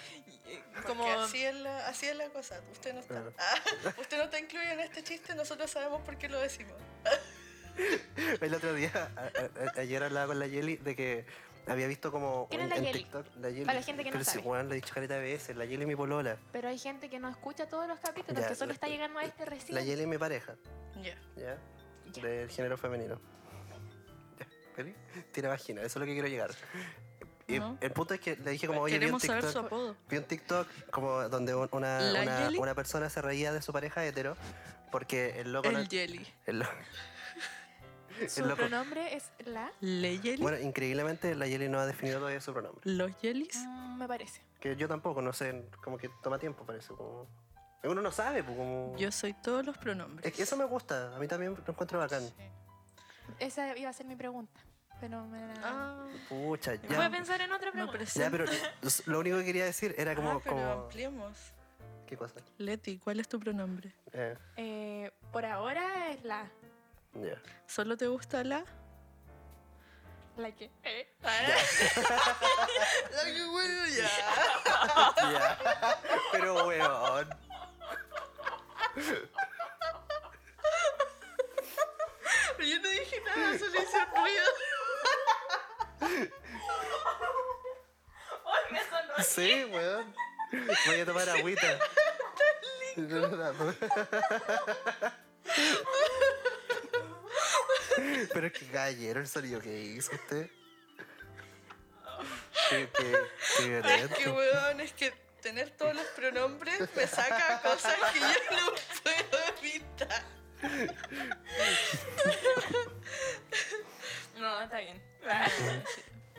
Speaker 2: eh,
Speaker 4: Porque
Speaker 2: Como-
Speaker 4: así, es la, así es la cosa. Usted no está,
Speaker 3: Claro.
Speaker 4: Ah, usted no está incluido en este chiste, nosotros sabemos por qué lo decimos.
Speaker 3: El otro día, a- a- a- ayer hablaba con la Yeli de que había visto como
Speaker 2: ¿Quién es
Speaker 3: en,
Speaker 2: la
Speaker 3: en
Speaker 2: Yeli?
Speaker 3: TikTok la Yeli.
Speaker 2: Para la gente que no
Speaker 3: Pero si,
Speaker 2: sabe.
Speaker 3: weón, lo he dicho caleta de veces, la Yeli mi polola.
Speaker 2: Pero hay gente que no escucha todos los capítulos,
Speaker 3: Ya,
Speaker 2: que solo
Speaker 3: la-
Speaker 2: está llegando a este
Speaker 3: La
Speaker 2: recién.
Speaker 3: Yeli mi pareja,
Speaker 4: Ya.
Speaker 3: ¿ya?
Speaker 2: Ya.
Speaker 3: Del género femenino. Ya, ¿Feliz? Tiene vagina, eso es lo que quiero llegar. Y
Speaker 4: No.
Speaker 3: El punto es que le dije como, oye, vi un
Speaker 4: Queremos saber su
Speaker 3: TikTok,
Speaker 4: apodo.
Speaker 3: vi un TikTok como donde un- una,
Speaker 4: ¿La
Speaker 3: una,
Speaker 4: Yeli?
Speaker 3: una persona se reía de su pareja hetero porque el loco... no-
Speaker 4: El Jelly.
Speaker 3: el lo-
Speaker 2: Su
Speaker 3: loco.
Speaker 2: pronombre es la,
Speaker 4: ¿Le Jelly?
Speaker 3: Bueno, increíblemente la Yeli no ha definido todavía su pronombre.
Speaker 4: ¿Los Jellies?
Speaker 2: mm, me parece.
Speaker 3: Que yo tampoco, no sé, como que toma tiempo para eso. Como... Uno no sabe, pues, como...
Speaker 4: Yo soy todos los pronombres.
Speaker 3: Es que eso me gusta, a mí también lo encuentro bacán.
Speaker 2: Esa iba a ser mi pregunta, pero me la...
Speaker 4: Ah,
Speaker 3: Pucha,
Speaker 2: Voy a
Speaker 3: ya.
Speaker 2: pensar en otra
Speaker 4: no
Speaker 2: pregunta.
Speaker 3: Ya,
Speaker 4: presenta.
Speaker 3: pero s- lo único que quería decir era como...
Speaker 4: Ah, pero
Speaker 3: como-
Speaker 4: ampliemos.
Speaker 3: ¿Qué cosa?
Speaker 4: Leti, ¿cuál es tu pronombre?
Speaker 3: Eh,
Speaker 2: Eh, por ahora es la...
Speaker 3: ya.
Speaker 4: ¿Solo te gusta la?
Speaker 2: La que... eh,
Speaker 4: La que bueno ya.
Speaker 3: Ya. Pero, weón.
Speaker 4: Pero yo no dije nada, solo hice un ruido.
Speaker 3: Sí, weón. Voy a tomar agüita. Pero es que caballero el sonido que hizo usted. Qué, qué, qué
Speaker 4: Es que,
Speaker 3: violento.
Speaker 4: weón, es que tener todos los pronombres me saca cosas que yo no puedo evitar.
Speaker 2: No, está bien.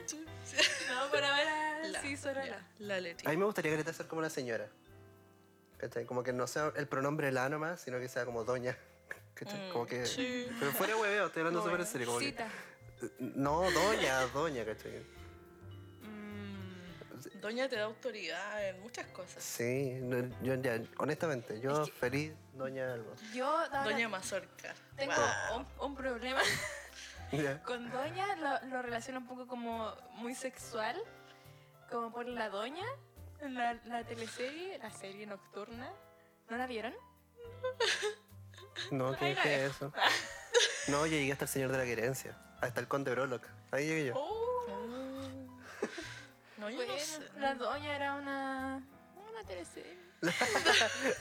Speaker 4: Sí, sí.
Speaker 2: No, por ahora
Speaker 4: La,
Speaker 2: sí, solo
Speaker 4: ya,
Speaker 2: la.
Speaker 4: La Leti.
Speaker 3: A mí me gustaría que te hacer como una señora. ¿Cachai? Como que no sea el pronombre la nomás, sino que sea como doña. ¿Cachai?
Speaker 4: Mm,
Speaker 3: Como que.
Speaker 4: sí.
Speaker 3: Pero fuera de hueveo, estoy hablando súper en serio. Como que-
Speaker 2: Cita.
Speaker 3: No, doña, doña, ¿cachai?
Speaker 2: Mm,
Speaker 4: Doña te da autoridad en muchas cosas.
Speaker 3: Sí, no, yo ya, honestamente, yo
Speaker 2: Es que-
Speaker 3: feliz doña algo.
Speaker 2: yo ahora
Speaker 4: Doña Mazorca.
Speaker 2: tengo
Speaker 4: Guau.
Speaker 2: un, un problema
Speaker 3: Ya.
Speaker 2: con doña, lo, lo relaciono un poco como muy sexual, como por la doña, la, la teleserie, la serie nocturna. ¿No la vieron?
Speaker 3: No, ¿qué,
Speaker 2: Ahí la
Speaker 3: qué es
Speaker 2: dejo.
Speaker 3: eso? No, yo llegué hasta el señor de la querencia, hasta el conde Brolock. Ahí llegué yo.
Speaker 2: Oh,
Speaker 4: No, yo no
Speaker 2: bueno,
Speaker 4: sé.
Speaker 2: la doña era una, una teleserie.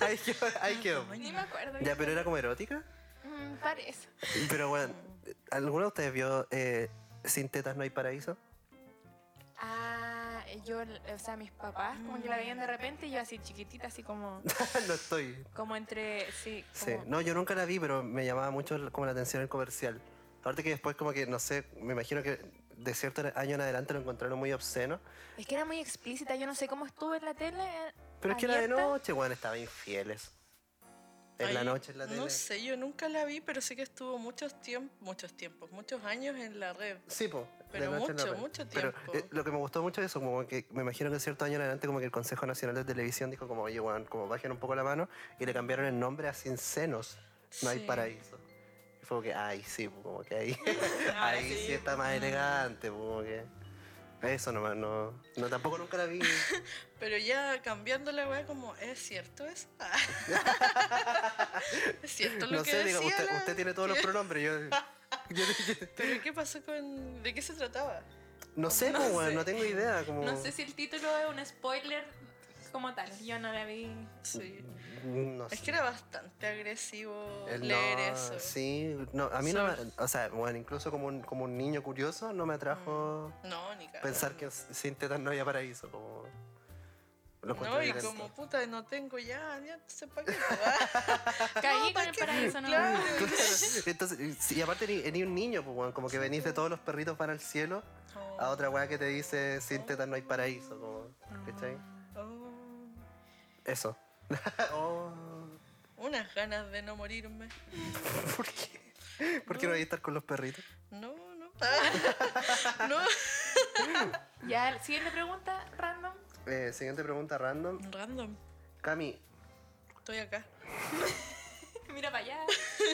Speaker 3: Ahí quedó, ahí quedó.
Speaker 2: Ni me acuerdo.
Speaker 3: Ya, pero era como erótica.
Speaker 2: Mm, parece.
Speaker 3: Pero bueno, ¿alguno de ustedes vio eh, Sin tetas no hay paraíso?
Speaker 2: Ah, yo, o sea, mis papás como que la veían de repente y yo así chiquitita, así como,
Speaker 3: no estoy.
Speaker 2: como entre, sí,
Speaker 3: Sí,
Speaker 2: como-
Speaker 3: no, yo nunca la vi, pero me llamaba mucho la- como la atención el comercial. Aparte que después como que, no sé, me imagino que de cierto año en adelante lo encontraron muy obsceno.
Speaker 2: Es que era muy explícita, yo no sé cómo estuve en la tele. eh,
Speaker 3: Pero es que era de
Speaker 2: abierta.
Speaker 3: noche, weón, estaba infieles. En la
Speaker 4: Ay,
Speaker 3: noche, en la tele.
Speaker 4: No sé, yo nunca la vi, pero sé que estuvo muchos tiempos, muchos tiempos, muchos años en la red.
Speaker 3: Sí, po. de
Speaker 4: Pero
Speaker 3: noche en la
Speaker 4: mucho,
Speaker 3: red.
Speaker 4: mucho
Speaker 3: Pero,
Speaker 4: tiempo.
Speaker 3: eh, lo que me gustó mucho es eso, como que me imagino que cierto año en adelante como que el Consejo Nacional de Televisión dijo como, oye, weón, como bajen un poco la mano y le cambiaron el nombre a Sin Senos, No Hay
Speaker 4: Sí.
Speaker 3: Paraíso. Y fue como que, ay, sí, po, como que ahí,
Speaker 4: Ah,
Speaker 3: ahí sí. está más elegante, po, como que... Eso nomás, no, no, tampoco nunca la vi.
Speaker 4: Pero ya cambiando la weá, como, ¿es cierto eso? Ah. ¿Es cierto lo
Speaker 3: no
Speaker 4: que
Speaker 3: sé,
Speaker 4: decía?
Speaker 3: digo, usted,
Speaker 4: la-
Speaker 3: usted tiene todos los pronombres, yo... yo- yo-
Speaker 4: ¿Pero qué pasó con...? ¿De qué se trataba?
Speaker 3: no sé,
Speaker 2: No
Speaker 3: po, weón,
Speaker 2: sé.
Speaker 3: no tengo idea, como...
Speaker 2: No sé si el título es un spoiler como tal, yo no la vi.
Speaker 4: Sí.
Speaker 3: Mm, No
Speaker 4: Es
Speaker 3: sé.
Speaker 4: que era bastante agresivo
Speaker 3: El
Speaker 4: leer
Speaker 3: Eh, no,
Speaker 4: eso.
Speaker 3: Sí, no, a mí no
Speaker 4: Sobre-
Speaker 3: me, O sea, bueno, incluso como un, como un niño curioso no me atrajo
Speaker 4: No, ni cagando.
Speaker 3: pensar que s- sin tetas no había paraíso. Como, lo encuentro
Speaker 4: No, y
Speaker 3: violento.
Speaker 4: como puta, no tengo ya, ya no sé para qué. weá.
Speaker 2: Caí
Speaker 4: No,
Speaker 2: con
Speaker 4: ¿para
Speaker 2: el
Speaker 4: qué?
Speaker 2: paraíso, no.
Speaker 4: Claro.
Speaker 3: Claro, Entonces, y- sí, y aparte ni, ni un niño, pues, weón, como que venís de todos los perritos van al cielo
Speaker 4: Oh, Ah.
Speaker 3: a otra weá que te dice sin tetas no hay paraíso. Como, ¿cachai?
Speaker 4: oh.
Speaker 3: Eso. Oh,
Speaker 4: Unas ganas de no morirme.
Speaker 3: ¿Por qué? ¿Por qué no voy a estar con los perritos?
Speaker 4: No, no. Ah, no.
Speaker 2: Ya, siguiente pregunta, random.
Speaker 3: Eh, siguiente pregunta random.
Speaker 4: Random.
Speaker 3: Cami,
Speaker 4: Estoy acá.
Speaker 2: Mira para allá,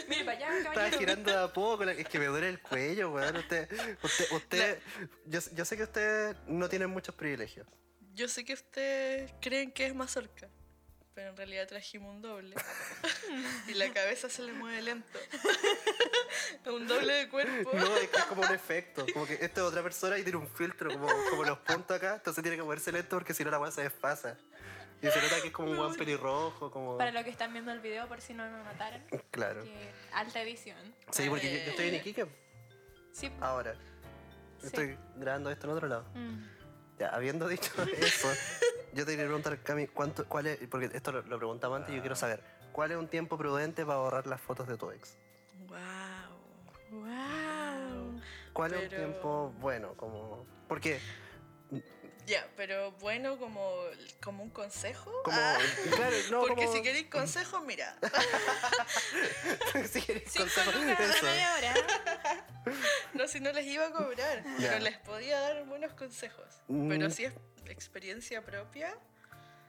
Speaker 2: mira para allá,
Speaker 3: Estaba
Speaker 2: caballero.
Speaker 3: girando de a poco, la- es que me duele el cuello, weón. Usted, usted, usted yo, yo sé que usted no tiene muchos privilegios.
Speaker 4: Yo sé que ustedes creen que es mazorca, pero en realidad trajimos un doble. y la cabeza se le mueve lento. un doble de cuerpo.
Speaker 3: No, es que es como un efecto. Como que esta es otra persona y tiene un filtro, como, como los puntos acá. Entonces tiene que moverse lento porque si no la weá se desfasa. Y se nota que es como un guan pelirrojo, como.
Speaker 2: Para los que están viendo el video, por si no me mataron.
Speaker 3: Claro.
Speaker 2: que alta edición.
Speaker 3: Sí, porque yo, yo estoy en Iquique
Speaker 2: Sí.
Speaker 3: ahora.
Speaker 2: Sí.
Speaker 3: Estoy grabando esto en otro lado.
Speaker 2: Mm.
Speaker 3: Ya, habiendo dicho eso, yo te quería preguntar, Cami, ¿cuánto, cuál es, porque esto lo, lo preguntamos antes y
Speaker 4: Ah.
Speaker 3: yo quiero saber, ¿cuál es un tiempo prudente para borrar las fotos de tu ex?
Speaker 4: wow.
Speaker 2: Wow.
Speaker 3: ¿Cuál es un
Speaker 4: Pero-
Speaker 3: tiempo bueno? Como, porque,
Speaker 4: Ya, pero bueno, como, como un consejo.
Speaker 3: como,
Speaker 4: Ah,
Speaker 3: claro, no,
Speaker 4: porque
Speaker 3: como-
Speaker 4: si queréis consejo, mira.
Speaker 3: si queréis
Speaker 2: Cinco
Speaker 3: consejo,
Speaker 2: lucas a la
Speaker 3: eso.
Speaker 2: media hora.
Speaker 4: No, si no les iba a cobrar,
Speaker 3: Ya.
Speaker 4: pero les podía dar buenos consejos.
Speaker 3: Mm.
Speaker 4: Pero si es experiencia propia, bueno,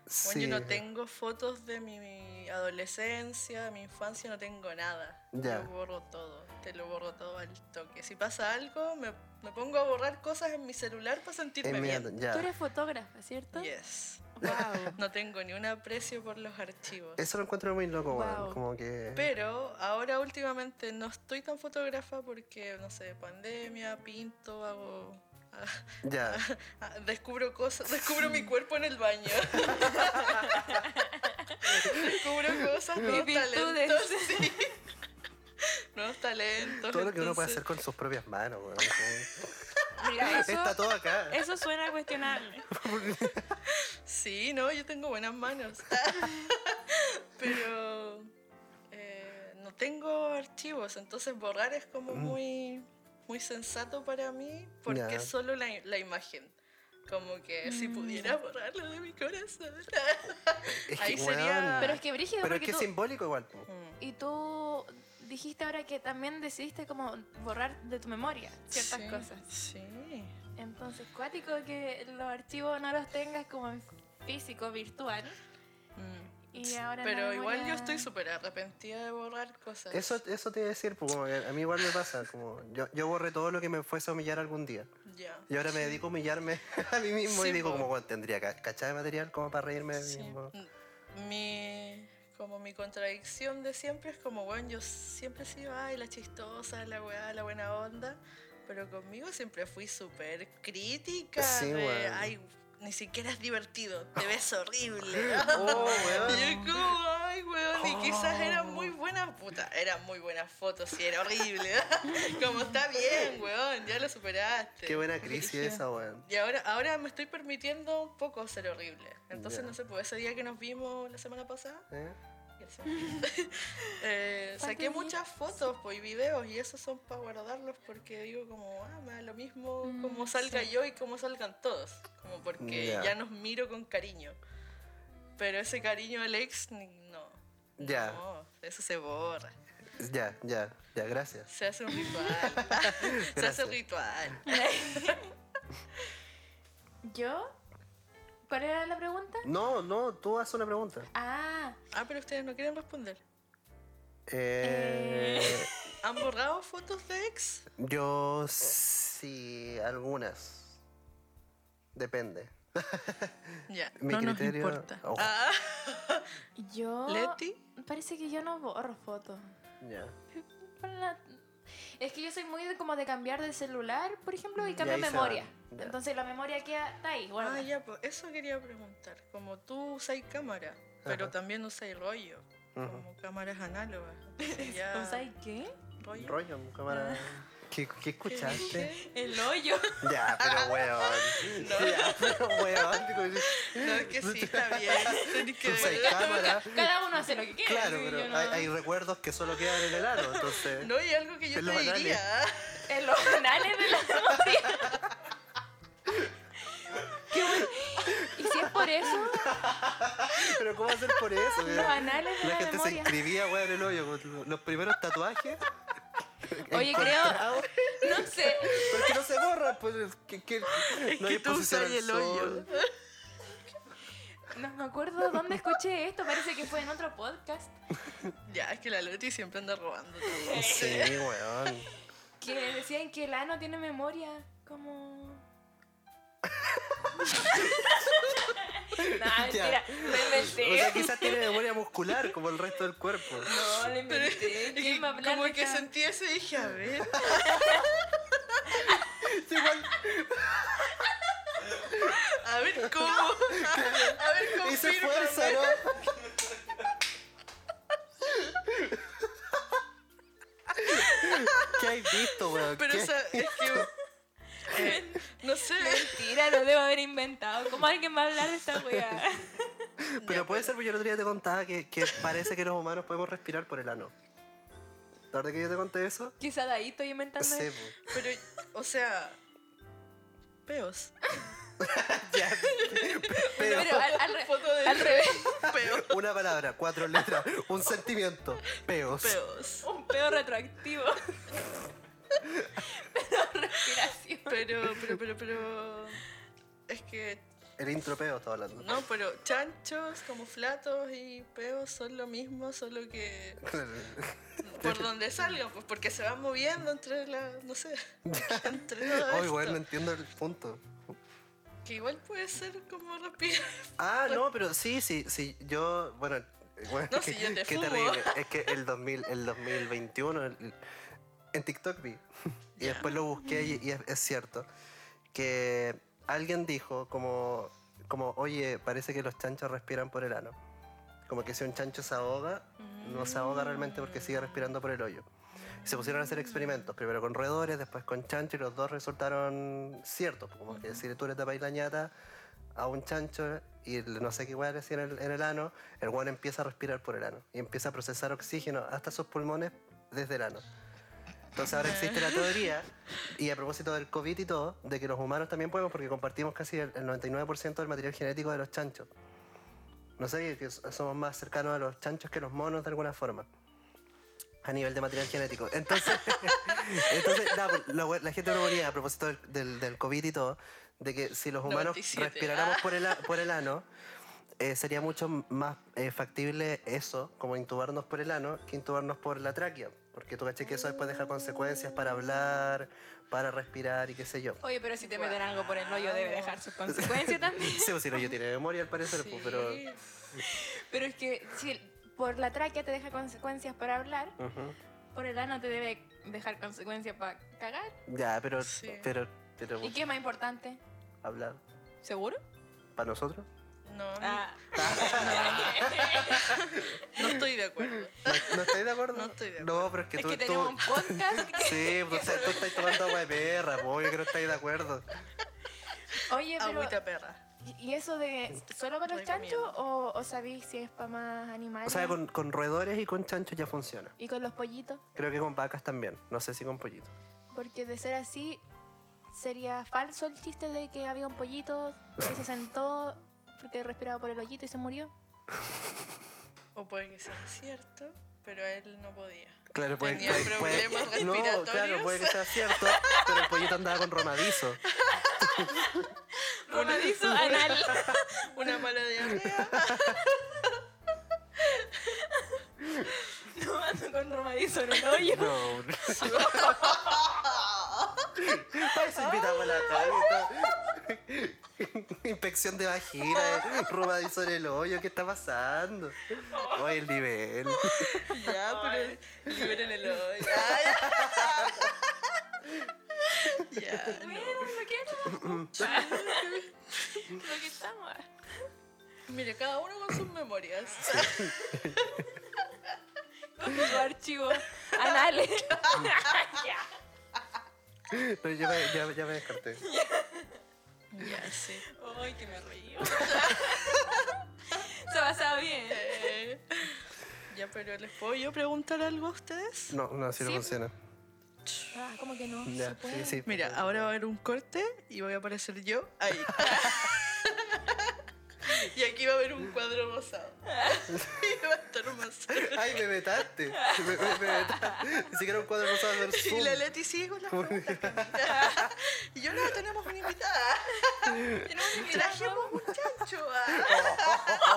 Speaker 3: Sí.
Speaker 4: yo no tengo fotos de mi adolescencia, de mi infancia, no tengo nada.
Speaker 3: Ya.
Speaker 4: Yo borro todo, te lo borro todo al toque. Si pasa algo, me, me pongo a borrar cosas en mi celular para
Speaker 3: Eh,
Speaker 4: sentirme
Speaker 3: mira,
Speaker 4: bien.
Speaker 2: Tú
Speaker 3: ya.
Speaker 2: eres fotógrafa, ¿cierto?
Speaker 4: Yes.
Speaker 2: Wow.
Speaker 4: No tengo ni un aprecio por los archivos.
Speaker 3: Eso lo encuentro muy loco, weón,
Speaker 2: Wow.
Speaker 3: como que...
Speaker 4: Pero ahora últimamente no estoy tan fotógrafa porque, no sé, pandemia, pinto, hago...
Speaker 3: Ya,
Speaker 4: ah, descubro cosas, descubro mi cuerpo en el baño. descubro cosas, nuevos
Speaker 2: virtudes.
Speaker 4: talentos, sí. Nuevos talentos.
Speaker 3: todo lo que uno puede
Speaker 4: entonces-
Speaker 3: hacer con sus propias manos, weón. como-
Speaker 2: Mira, eso,
Speaker 3: Está todo acá.
Speaker 2: eso suena cuestionable.
Speaker 4: Sí, no, yo tengo buenas manos. Pero eh, no tengo archivos, entonces borrar es como muy, muy sensato para mí porque
Speaker 3: Mm. Ya.
Speaker 4: es solo la, la imagen. Como que si
Speaker 2: Mm.
Speaker 4: pudiera borrarlo de mi corazón.
Speaker 3: Es
Speaker 4: Ahí
Speaker 3: weón,
Speaker 4: sería-
Speaker 2: Pero es que brígido
Speaker 3: pero es
Speaker 2: porque
Speaker 3: que es
Speaker 2: tú,
Speaker 3: simbólico igual. po.
Speaker 4: Mm.
Speaker 2: y tú dijiste ahora que también decidiste como borrar de tu memoria ciertas
Speaker 4: Sí,
Speaker 2: cosas.
Speaker 4: Sí.
Speaker 2: Entonces, cuático que los archivos no los tengas como en físico, virtual.
Speaker 4: Mm.
Speaker 2: Y ahora
Speaker 4: Pero
Speaker 2: la
Speaker 4: igual
Speaker 2: memoria-
Speaker 4: yo estoy súper arrepentida de borrar cosas.
Speaker 3: Eso, eso te iba a decir, pues, como que a mí igual me pasa, como yo, yo borré todo lo que me fuese a humillar algún día.
Speaker 4: Ya.
Speaker 3: Y ahora me dedico a humillarme a mí mismo y
Speaker 4: Sí,
Speaker 3: digo,
Speaker 4: po.
Speaker 3: como, bueno, tendría ca- cachada de material como para reírme de mí
Speaker 4: Sí.
Speaker 3: mismo.
Speaker 4: Mm, Mi, como mi contradicción de siempre es como, bueno, yo siempre he sido, ay, la chistosa, la weá, la buena onda, pero conmigo siempre fui súper crítica.
Speaker 3: Sí,
Speaker 4: de,
Speaker 3: weón.
Speaker 4: Ay, ni siquiera es divertido, te ves horrible.
Speaker 3: Oh,
Speaker 4: Y
Speaker 3: weón. Oh.
Speaker 4: yo como, ay, weón, y quizás era muy buena puta, era muy buena foto, sí, era horrible. como está bien, weón, ya lo superaste.
Speaker 3: Qué buena crisis
Speaker 4: Brígido.
Speaker 3: esa, weón.
Speaker 4: Y ahora, ahora me estoy permitiendo un poco ser horrible. Entonces,
Speaker 3: Ya.
Speaker 4: no sé, pues ese día que nos vimos la semana pasada,
Speaker 3: ¿Eh?
Speaker 4: y el sem- eh, saqué
Speaker 2: Patudito.
Speaker 4: muchas fotos pues, y videos y esos son para guardarlos porque digo como, ah, me da lo mismo
Speaker 2: Mm,
Speaker 4: como salga
Speaker 2: sí.
Speaker 4: yo y como salgan todos. Como porque
Speaker 3: Ya.
Speaker 4: ya nos miro con cariño. Pero ese cariño al ex, ni- no.
Speaker 3: Ya.
Speaker 4: No, eso se borra.
Speaker 3: Ya, ya, ya, gracias.
Speaker 4: Se hace un ritual. se hace
Speaker 3: Gracias.
Speaker 4: un ritual.
Speaker 2: ¿Yo? ¿Cuál era la pregunta?
Speaker 3: No, no, tú haz una pregunta.
Speaker 2: Ah,
Speaker 4: Ah, pero ustedes no quieren responder.
Speaker 3: Eh,
Speaker 2: Eh.
Speaker 4: ¿Han borrado fotos de ex?
Speaker 3: Yo sí, algunas. Depende.
Speaker 4: Ya,
Speaker 3: Mi
Speaker 4: no
Speaker 3: criterio-
Speaker 4: nos importa.
Speaker 3: Ojo.
Speaker 4: Ah,
Speaker 2: yo...
Speaker 4: Leti,
Speaker 2: Parece que yo no borro fotos.
Speaker 3: Ya.
Speaker 2: Hola. Es que yo soy muy de, como de cambiar de celular, por ejemplo, y
Speaker 3: Mm.
Speaker 2: cambio
Speaker 3: Y ahí se
Speaker 2: memoria.
Speaker 3: van, ya.
Speaker 2: Entonces la memoria queda está ahí, guarda.
Speaker 4: ah, ya, pues, eso quería preguntar. Como tú usáis cámara, pero
Speaker 3: Ajá.
Speaker 4: también usáis rollo,
Speaker 3: Ujú.
Speaker 4: como cámaras análogas. Entonces ya,
Speaker 2: ¿Usáis qué?
Speaker 4: rollo?
Speaker 3: Rollo, cámara. ¿Qué, qué
Speaker 4: Ah. ¿Qué
Speaker 3: escuchaste?
Speaker 4: dije?
Speaker 2: El hoyo.
Speaker 3: ya, pero weón. Ya, pero weón. digo,
Speaker 4: No, es que sí, está bien. Tenés que
Speaker 3: Tú usas
Speaker 4: ver.
Speaker 3: cámara.
Speaker 2: Cada uno hace lo que quiere.
Speaker 3: Claro,
Speaker 2: sí,
Speaker 3: pero
Speaker 2: yo no-
Speaker 3: hay, hay recuerdos que solo quedan en el ano, entonces.
Speaker 4: No, y algo que yo
Speaker 3: En
Speaker 4: te
Speaker 3: los anales.
Speaker 4: diría.
Speaker 3: eh.
Speaker 2: En los anales de la memoria. Qué bueno. Y si es por eso,
Speaker 3: Pero ¿cómo hacer por eso?
Speaker 2: los anales de
Speaker 3: La
Speaker 2: la,
Speaker 3: gente se
Speaker 2: memoria.
Speaker 3: inscribía, weón, en el hoyo. con Los primeros tatuajes.
Speaker 2: Oye, creo.
Speaker 3: encontrados,
Speaker 2: No sé.
Speaker 3: Porque no se borran, pues. Que, que, no hay
Speaker 4: que tú
Speaker 3: exposición
Speaker 4: usas
Speaker 3: al
Speaker 4: el hoyo.
Speaker 3: sol.
Speaker 2: No me acuerdo dónde escuché esto. Parece que fue en otro podcast.
Speaker 4: Ya, es que la Leti siempre anda robando. todo.
Speaker 3: Sí, weón.
Speaker 2: Que decían que el ano tiene memoria. Como. No, mentira, lo
Speaker 3: O sea,
Speaker 2: inventé.
Speaker 3: quizás tiene memoria muscular como el resto del cuerpo.
Speaker 2: No, lo inventé.
Speaker 4: Y
Speaker 2: ¿Quién va a hablar
Speaker 4: como
Speaker 2: de
Speaker 4: que
Speaker 2: esta-
Speaker 4: sentí eso y dije, a ver. A ver cómo. A ver cómo.
Speaker 3: Hice fuerza, ¿no? ¿Qué has visto, weón?
Speaker 4: Pero
Speaker 3: ¿Qué?
Speaker 4: esa, es que. eh, no sé.
Speaker 2: Mentira, lo debo haber inventado. ¿Cómo alguien va a hablar de esta weá?
Speaker 3: Pero puede ser, porque yo el otro día te contaba que, que parece que los humanos podemos respirar por el ano. ¿La verdad que yo te conté eso?
Speaker 2: Quizá de ahí estoy inventando.
Speaker 3: Sí,
Speaker 2: esto.
Speaker 3: po.
Speaker 4: Pero, o sea. Peos.
Speaker 3: ya.
Speaker 2: Pero
Speaker 3: Pero,
Speaker 2: al, al re-
Speaker 4: Foto de
Speaker 2: al revés,
Speaker 4: peos.
Speaker 3: una palabra, cuatro letras, un sentimiento, peos.
Speaker 4: Peos.
Speaker 2: un pedo retroactivo. Pero respiración.
Speaker 4: Pero, pero, pero, pero. Es que.
Speaker 3: El intro peo estaba hablando.
Speaker 4: No, pero chanchos, como flatos y peos son lo mismo, solo que. Por donde salgan, pues porque se van moviendo entre las. No sé. Entre todo
Speaker 3: Ay,
Speaker 4: esto.
Speaker 3: weón, Oh, no entiendo el punto.
Speaker 4: Que igual puede ser como respirar.
Speaker 3: Ah, no, pero sí, sí, sí. Yo, bueno, eh, bueno,
Speaker 4: No, si yo te fumo.
Speaker 3: terrible. Es que el, 2000, el 2021 el- en TikTok vi. Y
Speaker 4: Ya.
Speaker 3: después lo busqué y, y es, es cierto. Que alguien dijo como, como, oye, parece que los chanchos respiran por el ano. Como que si un chancho se ahoga, no se ahoga realmente porque sigue respirando por el hoyo. Y se pusieron a hacer experimentos, primero con roedores, después con chancho, y los dos resultaron ciertos. Como que si tú le tapas la ñata a un chancho y el- no sé qué weá le hacían en el, en el ano, el guano empieza a respirar por el ano y empieza a procesar oxígeno hasta sus pulmones desde el ano. Entonces ahora existe la teoría, y a propósito del COVID y todo, de que los humanos también podemos porque compartimos casi el, el 99% del material genético de los chanchos. No sé, que so- somos más cercanos a los chanchos que los monos de alguna forma. A nivel de material genético. Entonces, entonces nada, pues, la, we- la gente proponía a propósito del, del- del COVID y todo, de que si los humanos
Speaker 4: 97,
Speaker 3: respiráramos
Speaker 4: ah.
Speaker 3: por, el, a- por el ano, eh, sería mucho m- más eh, factible eso, como intubarnos por el ano, que intubarnos por la tráquea. Porque tú caché que eso después deja consecuencias para hablar, para respirar y qué sé yo.
Speaker 2: Oye, pero si te meten algo por el hoyo debe dejar sus consecuencias también.
Speaker 3: Sí, pues, si no, yo tiene memoria al parecer, pues, pero...
Speaker 4: Sí.
Speaker 2: Pero es que si por la tráquea te deja consecuencias para hablar,
Speaker 3: Ujú.
Speaker 2: por el ano te debe dejar consecuencias para cagar.
Speaker 3: Ya, pero...
Speaker 4: Sí.
Speaker 3: Pero... pero
Speaker 2: ¿Y qué es más importante?
Speaker 3: Hablar.
Speaker 2: ¿Seguro?
Speaker 3: ¿Para nosotros?
Speaker 4: No,
Speaker 2: Ah,
Speaker 4: no estoy de acuerdo.
Speaker 3: ¿No, no estáis de acuerdo?
Speaker 4: No estoy de
Speaker 3: No, pero es que
Speaker 2: es
Speaker 3: tú...
Speaker 2: que
Speaker 3: tú-
Speaker 2: tenemos un podcast. que-
Speaker 3: Sí, pues, tú, estás- tú estás tomando agua de perra, pues, obvio que no estáis de acuerdo.
Speaker 2: Oye, pero
Speaker 4: Agüita perra.
Speaker 2: ¿y eso de solo para los
Speaker 4: Estoy comiendo.
Speaker 2: chanchos o, o sabéis si es para más
Speaker 3: O
Speaker 2: animales?
Speaker 3: sea, con, con roedores y con chanchos ya funciona.
Speaker 2: Y con los pollitos,
Speaker 3: Creo que con vacas también. No sé si con pollitos.
Speaker 2: porque de ser así sería falso el chiste de que había un pollito que se sentó porque respiraba por el hoyito y se murió.
Speaker 4: O puede que sea cierto, pero él no podía.
Speaker 3: Claro, puede,
Speaker 4: Tenía
Speaker 3: puede- puede-
Speaker 4: problemas
Speaker 3: No,
Speaker 4: respiratorios.
Speaker 3: claro, puede que sea cierto, pero el pollito andaba con romadizo.
Speaker 2: Romadizo anal.
Speaker 4: Una mala diarrea.
Speaker 2: No ando con romadizo en el hoyo.
Speaker 3: No. Para eso invitamos a la tarde. Inspección de vagina, eh, romadizo en el hoyo, ¿qué está pasando? Oye, el nivel.
Speaker 4: ya, pero liberen el hoyo. ya,
Speaker 2: Bueno,
Speaker 4: no.
Speaker 2: lo que Lo que estamos.
Speaker 4: Mire, cada uno con sus memorias.
Speaker 2: Con tu archivo anales. Ya.
Speaker 3: No, ya, me, ya- ya me descarté.
Speaker 4: ya, sí.
Speaker 2: Ay, que me río. Se pasa bien.
Speaker 4: Eh, ya, pero ¿les puedo yo preguntar algo a ustedes?
Speaker 3: No, no, así no
Speaker 2: Sí.
Speaker 3: funciona.
Speaker 2: Ah, como que no.
Speaker 3: Ya, sí, sí.
Speaker 4: Mira, ah. ahora va a haber un corte y voy a aparecer yo ahí. y aquí va a haber un cuadro rosado. y va a estar un mazorro.
Speaker 3: Ay, me metaste. Me, me- me metaste. Ni siquiera un cuadro rosado del
Speaker 4: Y
Speaker 3: Zoom.
Speaker 4: la Leti sigue con las preguntas. Camila. y yo no, tenemos una invitada.
Speaker 2: Tenemos un
Speaker 4: Trajimos
Speaker 2: trabajo.
Speaker 4: un chancho. ah.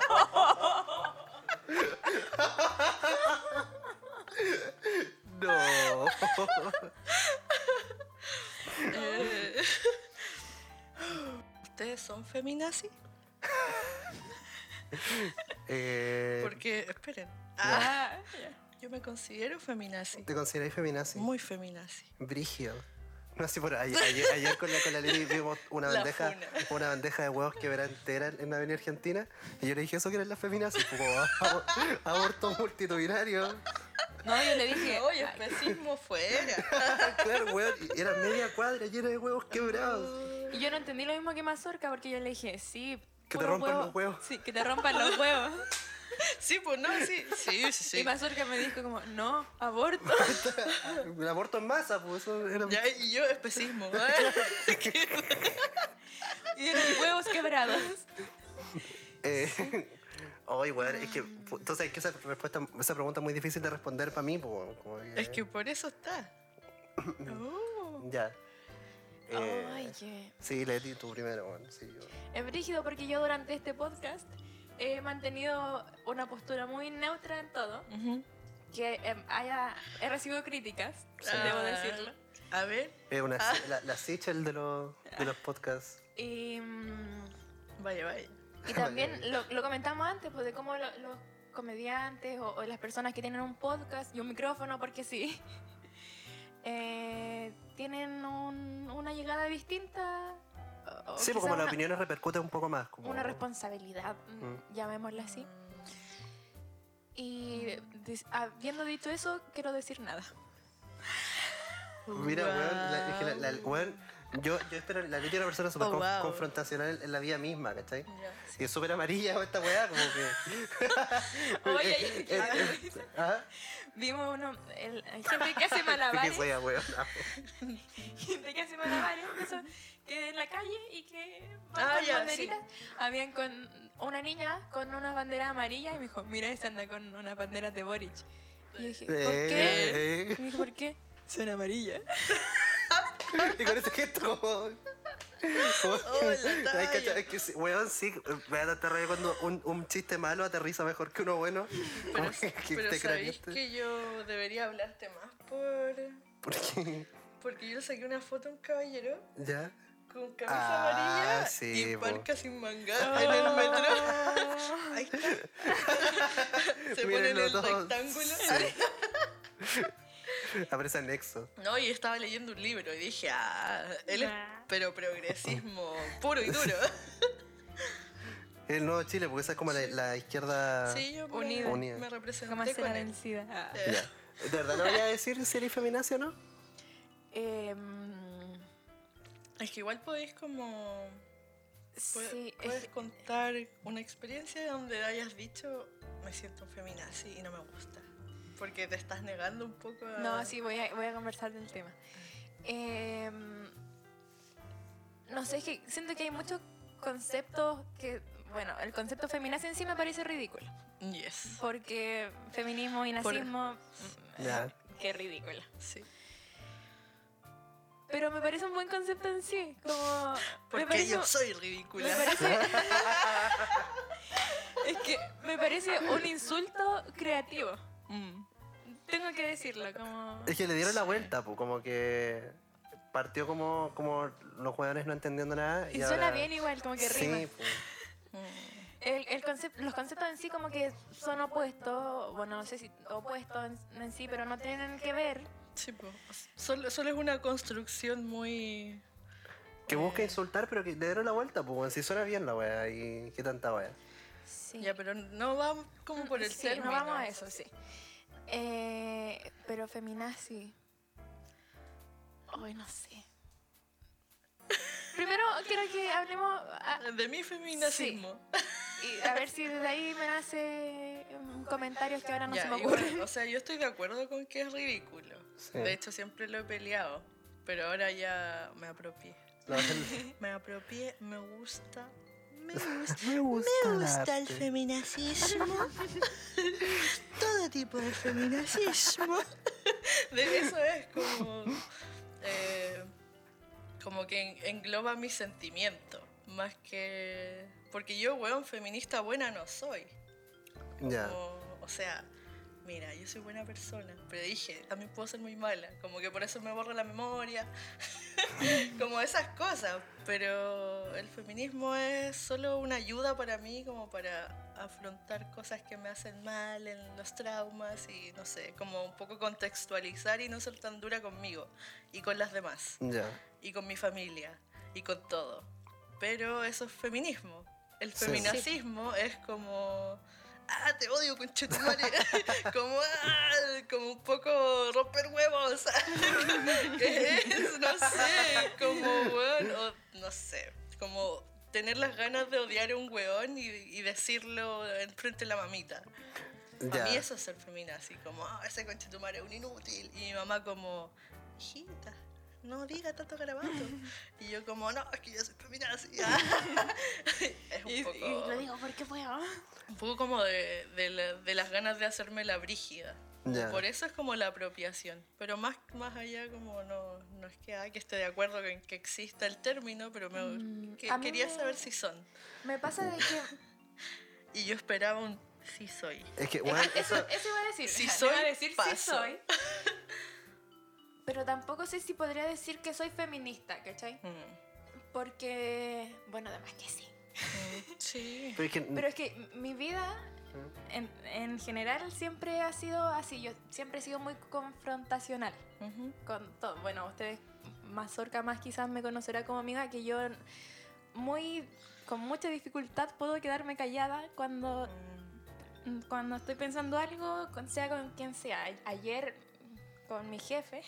Speaker 3: No.
Speaker 4: Eh, ¿Ustedes son feminazis?
Speaker 3: Eh,
Speaker 4: Porque, esperen. Ah,
Speaker 2: Ah,
Speaker 4: yo me considero feminazi.
Speaker 3: ¿Te consideráis feminazi?
Speaker 4: Muy feminazi.
Speaker 3: Brígido. No, sí, por ayer, ayer, ayer con la, con la Lili vimos una
Speaker 4: La
Speaker 3: bandeja,
Speaker 4: funa.
Speaker 3: una bandeja de huevos que era entera en la avenida Argentina. Y yo le dije eso que eran las feminazis. Como, "Ah, abor- aborto multitudinario.
Speaker 2: ya. No, yo le dije.
Speaker 4: Oye,
Speaker 2: ay,
Speaker 4: especismo fuera.
Speaker 3: claro, hueón, y era media cuadra llena de huevos quebrados.
Speaker 2: Y yo no entendí lo mismo que Mazorca porque yo le dije, sí.
Speaker 3: Que te
Speaker 2: puro
Speaker 3: rompan
Speaker 2: huevo.
Speaker 3: los huevos.
Speaker 2: Sí, que te rompan los huevos.
Speaker 4: Sí, pues no, sí. Sí, sí,
Speaker 2: Y
Speaker 4: sí.
Speaker 2: Mazorca me dijo como, no, aborto.
Speaker 3: El aborto en masa, pues eso era.
Speaker 4: Ah. Ya, y yo especismo. ¿eh?
Speaker 2: Y eran huevos quebrados.
Speaker 3: Eh, Ay, weón, es que. pu- Entonces, es que esa, respuesta, esa pregunta es muy difícil de responder para mí, pues. weón, como
Speaker 4: Es que por eso está. Oh.
Speaker 3: Ya. Eh,
Speaker 2: Ay, qué.
Speaker 3: Sí, Leti, tú primero, weón. Sí, yo.
Speaker 2: Es brígido porque yo durante este podcast he mantenido una postura muy neutra en todo.
Speaker 4: Ujú.
Speaker 2: Que em, haya, he recibido críticas,
Speaker 4: Sí.
Speaker 2: debo
Speaker 4: Ah.
Speaker 2: decirlo.
Speaker 4: A ver,
Speaker 3: Es una, la, la Sichel de los, de los podcasts.
Speaker 2: Y, mm,
Speaker 4: vaya, vaya.
Speaker 2: y también lo, lo comentamos antes, pues de cómo lo- los comediantes o, o las personas que tienen un podcast y un micrófono, porque sí, eh, tienen un- una llegada distinta. o- o
Speaker 3: sí,
Speaker 2: Oh, quizá
Speaker 3: pues como las
Speaker 2: una-
Speaker 3: opiniones repercuten un poco más. Como,
Speaker 2: una responsabilidad, mm, llamémosla así. Y dis- habiendo dicho eso, quiero decir nada.
Speaker 3: Mira, weón, la, es que la- la- weón, yo, yo espero, la Leti es una persona súper
Speaker 4: Oh,
Speaker 3: con-
Speaker 4: wow.
Speaker 3: confrontacional en la vida misma, ¿cachai?
Speaker 4: Ya.
Speaker 3: Y es súper amarilla esta weá, como que...
Speaker 2: Oye,
Speaker 3: Eh, eh, eh, ¿ah?
Speaker 2: Vimos uno, el- hay gente que hace
Speaker 3: ¿Qué
Speaker 2: malabares,
Speaker 3: wea, weón? Ah,
Speaker 2: gente que hace malabares, eso, que en la calle y que van
Speaker 4: Ah,
Speaker 2: con
Speaker 4: ya,
Speaker 2: banderitas. Habían con una niña con una bandera amarilla y me dijo, mira, esa anda con una bandera de Boric. Y yo dije, ¿por qué?
Speaker 3: eh,
Speaker 2: Y me dijo, ¿por qué? Son amarillas.
Speaker 3: eh. Y con ese gesto como... como-
Speaker 4: Hola,
Speaker 3: Ay, cacha,
Speaker 4: Taya.
Speaker 3: es que sí, weón, sí, me da tanta rabia cuando un, un chiste malo aterriza mejor que uno bueno.
Speaker 4: Pero,
Speaker 3: Como que
Speaker 4: pero
Speaker 3: te
Speaker 4: sabéis
Speaker 3: craneaste.
Speaker 4: que yo debería hablarte más por...
Speaker 3: ¿Por qué?
Speaker 4: Porque yo le saqué una foto a un caballero
Speaker 3: ¿Ya?
Speaker 4: con camisa
Speaker 3: Ah,
Speaker 4: amarilla
Speaker 3: sí,
Speaker 4: y
Speaker 3: po.
Speaker 4: parca sin
Speaker 2: Oh.
Speaker 4: manga en el metro. Ahí está. Se pone en
Speaker 3: Mírenlo
Speaker 4: el
Speaker 3: todos.
Speaker 4: rectángulo.
Speaker 3: Sí. Aparece anexo.
Speaker 4: No, y estaba leyendo un libro y dije, ah, él es
Speaker 2: Ah.
Speaker 4: pero progresismo puro y duro.
Speaker 3: El nuevo Chile, porque esa es como la, la izquierda.
Speaker 4: Sí, yo me,
Speaker 2: Unida.
Speaker 3: Unida.
Speaker 4: me
Speaker 2: Jamás
Speaker 4: representé
Speaker 2: será
Speaker 4: con él.
Speaker 2: vencida. Ah.
Speaker 4: Eh,
Speaker 3: Ya. ¿De verdad no voy a decir si eres feminazi o no?
Speaker 2: Em,
Speaker 4: Es que igual podéis como... Puedes,
Speaker 2: sí, es
Speaker 4: puedes
Speaker 2: que-
Speaker 4: contar una experiencia donde hayas dicho, me siento un feminazi y no me gusta. Porque te estás negando un poco a...
Speaker 2: no, sí, voy a, voy a conversar del tema. Em, no sé, es que siento que hay muchos conceptos que, bueno, el concepto feminazi en sí me parece ridículo,
Speaker 4: Yes.
Speaker 2: porque feminismo y
Speaker 4: Por-
Speaker 2: nazismo, mm,
Speaker 3: Ya.
Speaker 2: qué ridículo.
Speaker 4: Sí.
Speaker 2: Pero me parece un buen concepto en sí, como...
Speaker 4: Porque
Speaker 2: me parece,
Speaker 4: yo soy
Speaker 2: me
Speaker 4: ridícula.
Speaker 2: parece- es que me parece un insulto creativo,
Speaker 4: Mm.
Speaker 2: tengo que decirlo, como...
Speaker 3: Es que le dieron la vuelta, pues, como que. Partió como, como los jugadores no entendiendo nada. Y,
Speaker 2: Y suena
Speaker 3: ahora-
Speaker 2: bien igual, como que rima.
Speaker 3: Sí, pues.
Speaker 4: Mm.
Speaker 2: El, el concep- los conceptos en sí como que son opuestos, bueno, no sé si opuestos en, en sí, pero no tienen que ver.
Speaker 4: Sí, po. Solo, solo es una construcción muy...
Speaker 3: Que busca
Speaker 4: Eh.
Speaker 3: insultar, pero que le dieron la vuelta, pues, weón. si suena bien la wea. Y qué tanta wea.
Speaker 2: Sí.
Speaker 4: Ya, pero no va como por el
Speaker 2: sí,
Speaker 4: término.
Speaker 2: no vamos a eso, sí. Eh, pero feminazi. Ay, no sé. Primero quiero que hablemos a,
Speaker 4: De mi feminacismo.
Speaker 2: y a ver si desde ahí me nace mm, comentarios que ahora no
Speaker 4: Ya,
Speaker 2: se me
Speaker 4: igual,
Speaker 2: ocurren.
Speaker 4: o sea, yo estoy de acuerdo con que es ridículo.
Speaker 3: Sí.
Speaker 4: De hecho, siempre lo he peleado. Pero ahora ya me apropié.
Speaker 3: La-
Speaker 4: Me apropié, me gusta. Me
Speaker 3: Me gusta,
Speaker 4: feminacismo. Todo tipo de feminacismo. De eso es como. eh, como que en- engloba mis sentimientos. Más que. Porque yo, weón, feminista buena no soy.
Speaker 3: Ya.
Speaker 4: Como, o sea, mira, yo soy buena persona, pero dije, también puedo ser muy mala, como que por eso me borro la memoria, como esas cosas, pero el feminismo es solo una ayuda para mí, como para afrontar cosas que me hacen mal, en los traumas y no sé, como un poco contextualizar y no ser tan dura conmigo y con las demás
Speaker 3: Ya.
Speaker 4: y con mi familia y con todo. Pero eso es feminismo. El
Speaker 3: Sí.
Speaker 4: feminacismo es como. ¡Ah, te odio, conchetumare! como, ah, como un poco romper huevos. ¿Qué es? No sé. Como, weón. o no sé. Como tener las ganas de odiar a un weón y, y decirlo enfrente de la mamita.
Speaker 3: Ya.
Speaker 4: A mí eso es ser femina, así como, ah, ese conchetumare es un inútil. Y mi mamá como, hijita, no diga tanto garabato. y yo como, no, es que yo soy femina, así. es un
Speaker 2: Y,
Speaker 4: poco,
Speaker 2: y lo digo porque puedo.
Speaker 4: un poco como de, de la- de las ganas de hacerme la brígida.
Speaker 3: Ya.
Speaker 4: Por eso es como la apropiación. Pero más, más allá como no, no es que, ah, que esté de acuerdo con que exista el término, pero me,
Speaker 2: Mm,
Speaker 4: que-
Speaker 2: a mí
Speaker 4: quería
Speaker 2: me-
Speaker 4: saber si son.
Speaker 2: Me pasa de que
Speaker 4: Y yo esperaba un sí soy.
Speaker 3: Es que, weón,
Speaker 2: eso,
Speaker 3: eso.
Speaker 2: eso iba a decir.
Speaker 4: Si
Speaker 2: Iba
Speaker 4: soy,
Speaker 2: a decir si
Speaker 4: paso.
Speaker 2: soy. Pero tampoco sé si podría decir que soy feminista, ¿cachai?
Speaker 4: Mm.
Speaker 2: Porque, bueno, además que sí.
Speaker 4: Mm, Sí.
Speaker 3: Pero es que-
Speaker 2: Pero es que mi vida en, en general siempre ha sido así. Yo siempre he sido muy confrontacional
Speaker 4: Ujú.
Speaker 2: con todo. Bueno, ustedes, Mazorca más quizás me conocerá como amiga, que yo muy con mucha dificultad puedo quedarme callada cuando
Speaker 4: Mm.
Speaker 2: cuando estoy pensando algo, con- sea con quien sea. A- Ayer con mi jefe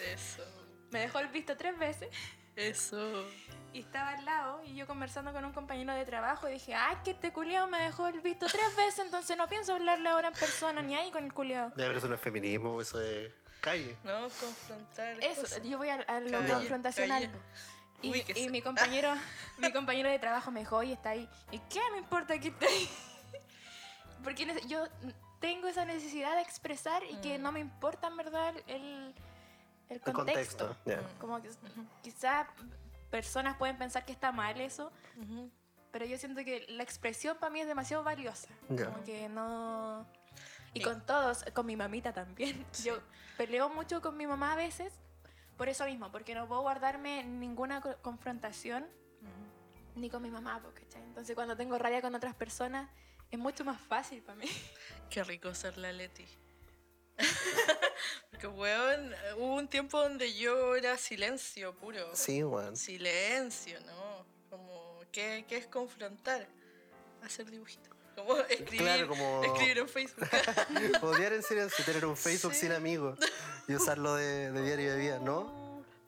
Speaker 4: Eso.
Speaker 2: me dejó el visto tres veces
Speaker 4: Eso.
Speaker 2: y estaba al lado y yo conversando con un compañero de trabajo y dije, ay, que este culiao me dejó el visto tres veces, entonces no pienso hablarle ahora en persona ni ahí con el culiao.
Speaker 3: Ya, pero eso no es feminismo, eso es calle.
Speaker 4: No, confrontar.
Speaker 2: Eso,
Speaker 4: cosas.
Speaker 2: yo voy a, a lo
Speaker 4: Calle,
Speaker 2: confrontacional.
Speaker 4: calle.
Speaker 2: Y,
Speaker 4: Uy, que
Speaker 2: y
Speaker 4: se-
Speaker 2: mi compañero mi compañero de trabajo me dijo, oye, está ahí. ¿Y qué me importa que esté ahí? Porque nece- yo tengo esa necesidad de expresar y que
Speaker 4: Mm.
Speaker 2: no me importa en verdad el, el
Speaker 3: El
Speaker 2: contexto.
Speaker 3: contexto. Ya.
Speaker 2: Como que quizás personas pueden pensar que está mal eso,
Speaker 4: Ujú.
Speaker 2: pero yo siento que la expresión para mí es demasiado valiosa.
Speaker 4: Mm.
Speaker 3: Ya.
Speaker 2: Como que no... Y
Speaker 4: Y-
Speaker 2: con todos, con mi mamita también. Yo peleo mucho con mi mamá a veces por eso mismo, porque no puedo guardarme ninguna co- confrontación ni con mi mamá, po, ¿cachai? Entonces cuando tengo rabia con otras personas es mucho más fácil para mí.
Speaker 4: Qué rico ser la Leti. Porque, weón, hubo un tiempo donde yo era silencio puro.
Speaker 3: Sí, weón.
Speaker 4: Silencio, ¿no? Como, ¿qué, qué es confrontar? Hacer dibujitos. Como escribir,
Speaker 3: Claro, como-
Speaker 4: escribir en Facebook.
Speaker 3: Odiar en silencio, tener un Facebook
Speaker 4: Sí.
Speaker 3: sin amigos y usarlo de, de diario de vida, ¿no?
Speaker 4: Uh,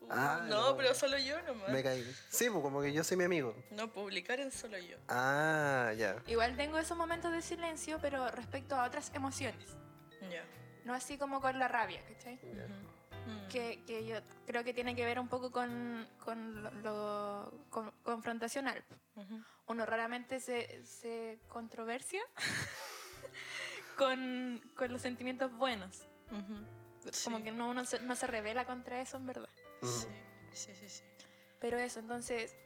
Speaker 3: Ah,
Speaker 4: no,
Speaker 3: no.
Speaker 4: pero solo yo nomás.
Speaker 3: Me caí. Sí, pues como que yo soy mi amigo.
Speaker 4: No, publicar en solo yo.
Speaker 3: Ah, ya.
Speaker 2: Igual tengo esos momentos de silencio, pero respecto a otras emociones,
Speaker 4: Ya.
Speaker 2: no así como con la rabia, ¿cachai?
Speaker 4: Mm.
Speaker 2: Que, que yo creo que tiene que ver un poco con, con lo, lo con- confrontacional.
Speaker 4: Ujú.
Speaker 2: Uno raramente se, se controversia con, con los sentimientos buenos.
Speaker 4: Ujú. Sí.
Speaker 2: Como que no, uno se- no se revela contra eso, en verdad.
Speaker 4: Sí, sí, sí. sí.
Speaker 2: Pero eso, entonces,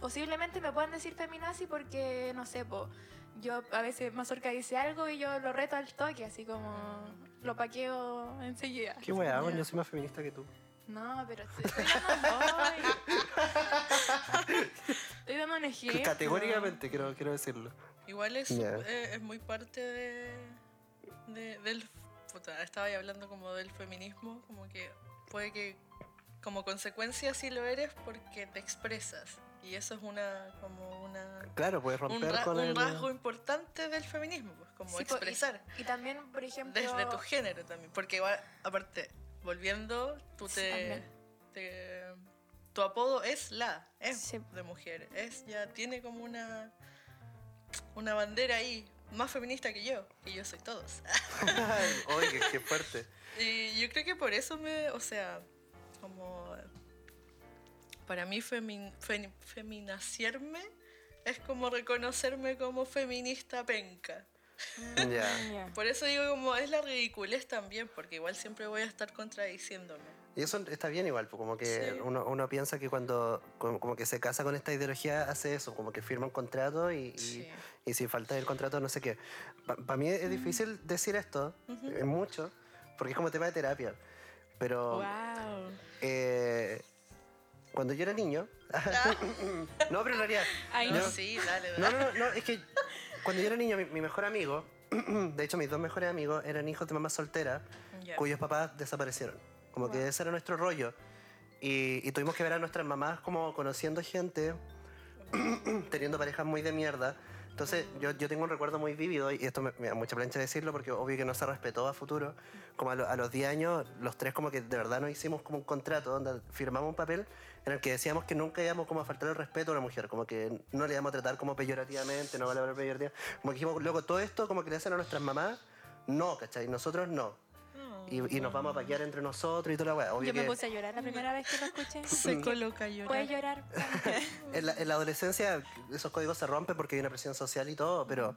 Speaker 2: posiblemente me puedan decir feminazi porque, no sé, po, yo a veces Mazorca dice algo y yo lo reto al toque, así como lo paqueo enseguida.
Speaker 3: Qué weá, weón, yo soy más feminista que tú.
Speaker 2: No, pero estoy, estoy dando, voy. estoy dando un ejemplo.
Speaker 4: Ah.
Speaker 3: Categóricamente quiero, quiero decirlo.
Speaker 4: Igual es,
Speaker 3: Ya.
Speaker 4: eh, es muy parte de, de- del... puta, estaba ahí hablando como del feminismo, como que puede que como consecuencia sí lo eres porque te expresas. Y eso es una como una...
Speaker 3: Claro, puedes
Speaker 4: Un,
Speaker 3: romper
Speaker 4: ra-
Speaker 3: con
Speaker 4: un
Speaker 3: el.
Speaker 4: rasgo importante del feminismo, pues, como
Speaker 2: Sí, po, y-
Speaker 4: expresar
Speaker 2: Y también, por ejemplo...
Speaker 4: desde tu género también. Porque igual, aparte, volviendo, tú
Speaker 2: Sí,
Speaker 4: te,
Speaker 2: también.
Speaker 4: te- Tu apodo es la, es
Speaker 2: Sí.
Speaker 4: de mujer. Es, ya tiene como una. Una bandera ahí, más feminista que yo. Y yo soy todos.
Speaker 3: Oye, qué fuerte.
Speaker 4: Y yo creo que por eso me. O sea, como. Para mí, femin, fe- feminaciarme es como reconocerme como feminista penca.
Speaker 3: Ya.
Speaker 2: Ya.
Speaker 4: Por eso digo como es la ridiculez también, porque igual siempre voy a estar contradiciéndome.
Speaker 3: Y eso está bien igual, pues, como que
Speaker 4: Sí.
Speaker 3: uno, uno piensa que cuando como, como que se casa con esta ideología hace eso, como que firma un contrato y, y-
Speaker 4: Sí. Mm.
Speaker 3: y si falta el contrato no sé qué. Para mí es difícil decir esto, es mucho, porque es como tema de terapia. Pero
Speaker 2: Wow.
Speaker 3: eh, cuando yo era niño...
Speaker 4: Ah.
Speaker 3: no, pero en realidad...
Speaker 2: Ay,
Speaker 4: No,
Speaker 2: no.
Speaker 4: sí, dale, dale.
Speaker 3: No, no, no, no, es que cuando yo era niño, mi, mi mejor amigo, de hecho mis dos mejores amigos, eran hijos de mamá soltera,
Speaker 4: Ya.
Speaker 3: cuyos papás desaparecieron. Como que ese era nuestro rollo. Y, y tuvimos que ver a nuestras mamás como conociendo gente, teniendo parejas muy de mierda. Entonces, yo, yo tengo un recuerdo muy vívido, y esto me, me da mucha plancha decirlo, porque obvio que no se respetó a futuro. Como a, lo- a los 10 años, los tres como que de verdad nos hicimos como un contrato, donde firmamos un papel en el que decíamos que nunca íbamos como a faltar el respeto a una mujer, como que no le íbamos a tratar como peyorativamente, no vale peyorativamente. Como que dijimos, loco, todo esto como que le hacen a nuestras mamás, no, ¿cachai? Nosotros no. Y, y nos vamos a paquear entre nosotros y toda la weá. Obvio
Speaker 2: Yo me
Speaker 3: que-
Speaker 2: puse a llorar la primera vez que lo escuché.
Speaker 4: Se coloca a
Speaker 2: Puedes
Speaker 4: llorar.
Speaker 2: llorar.
Speaker 3: en la, en la adolescencia esos códigos se rompen porque hay una presión social y todo, pero,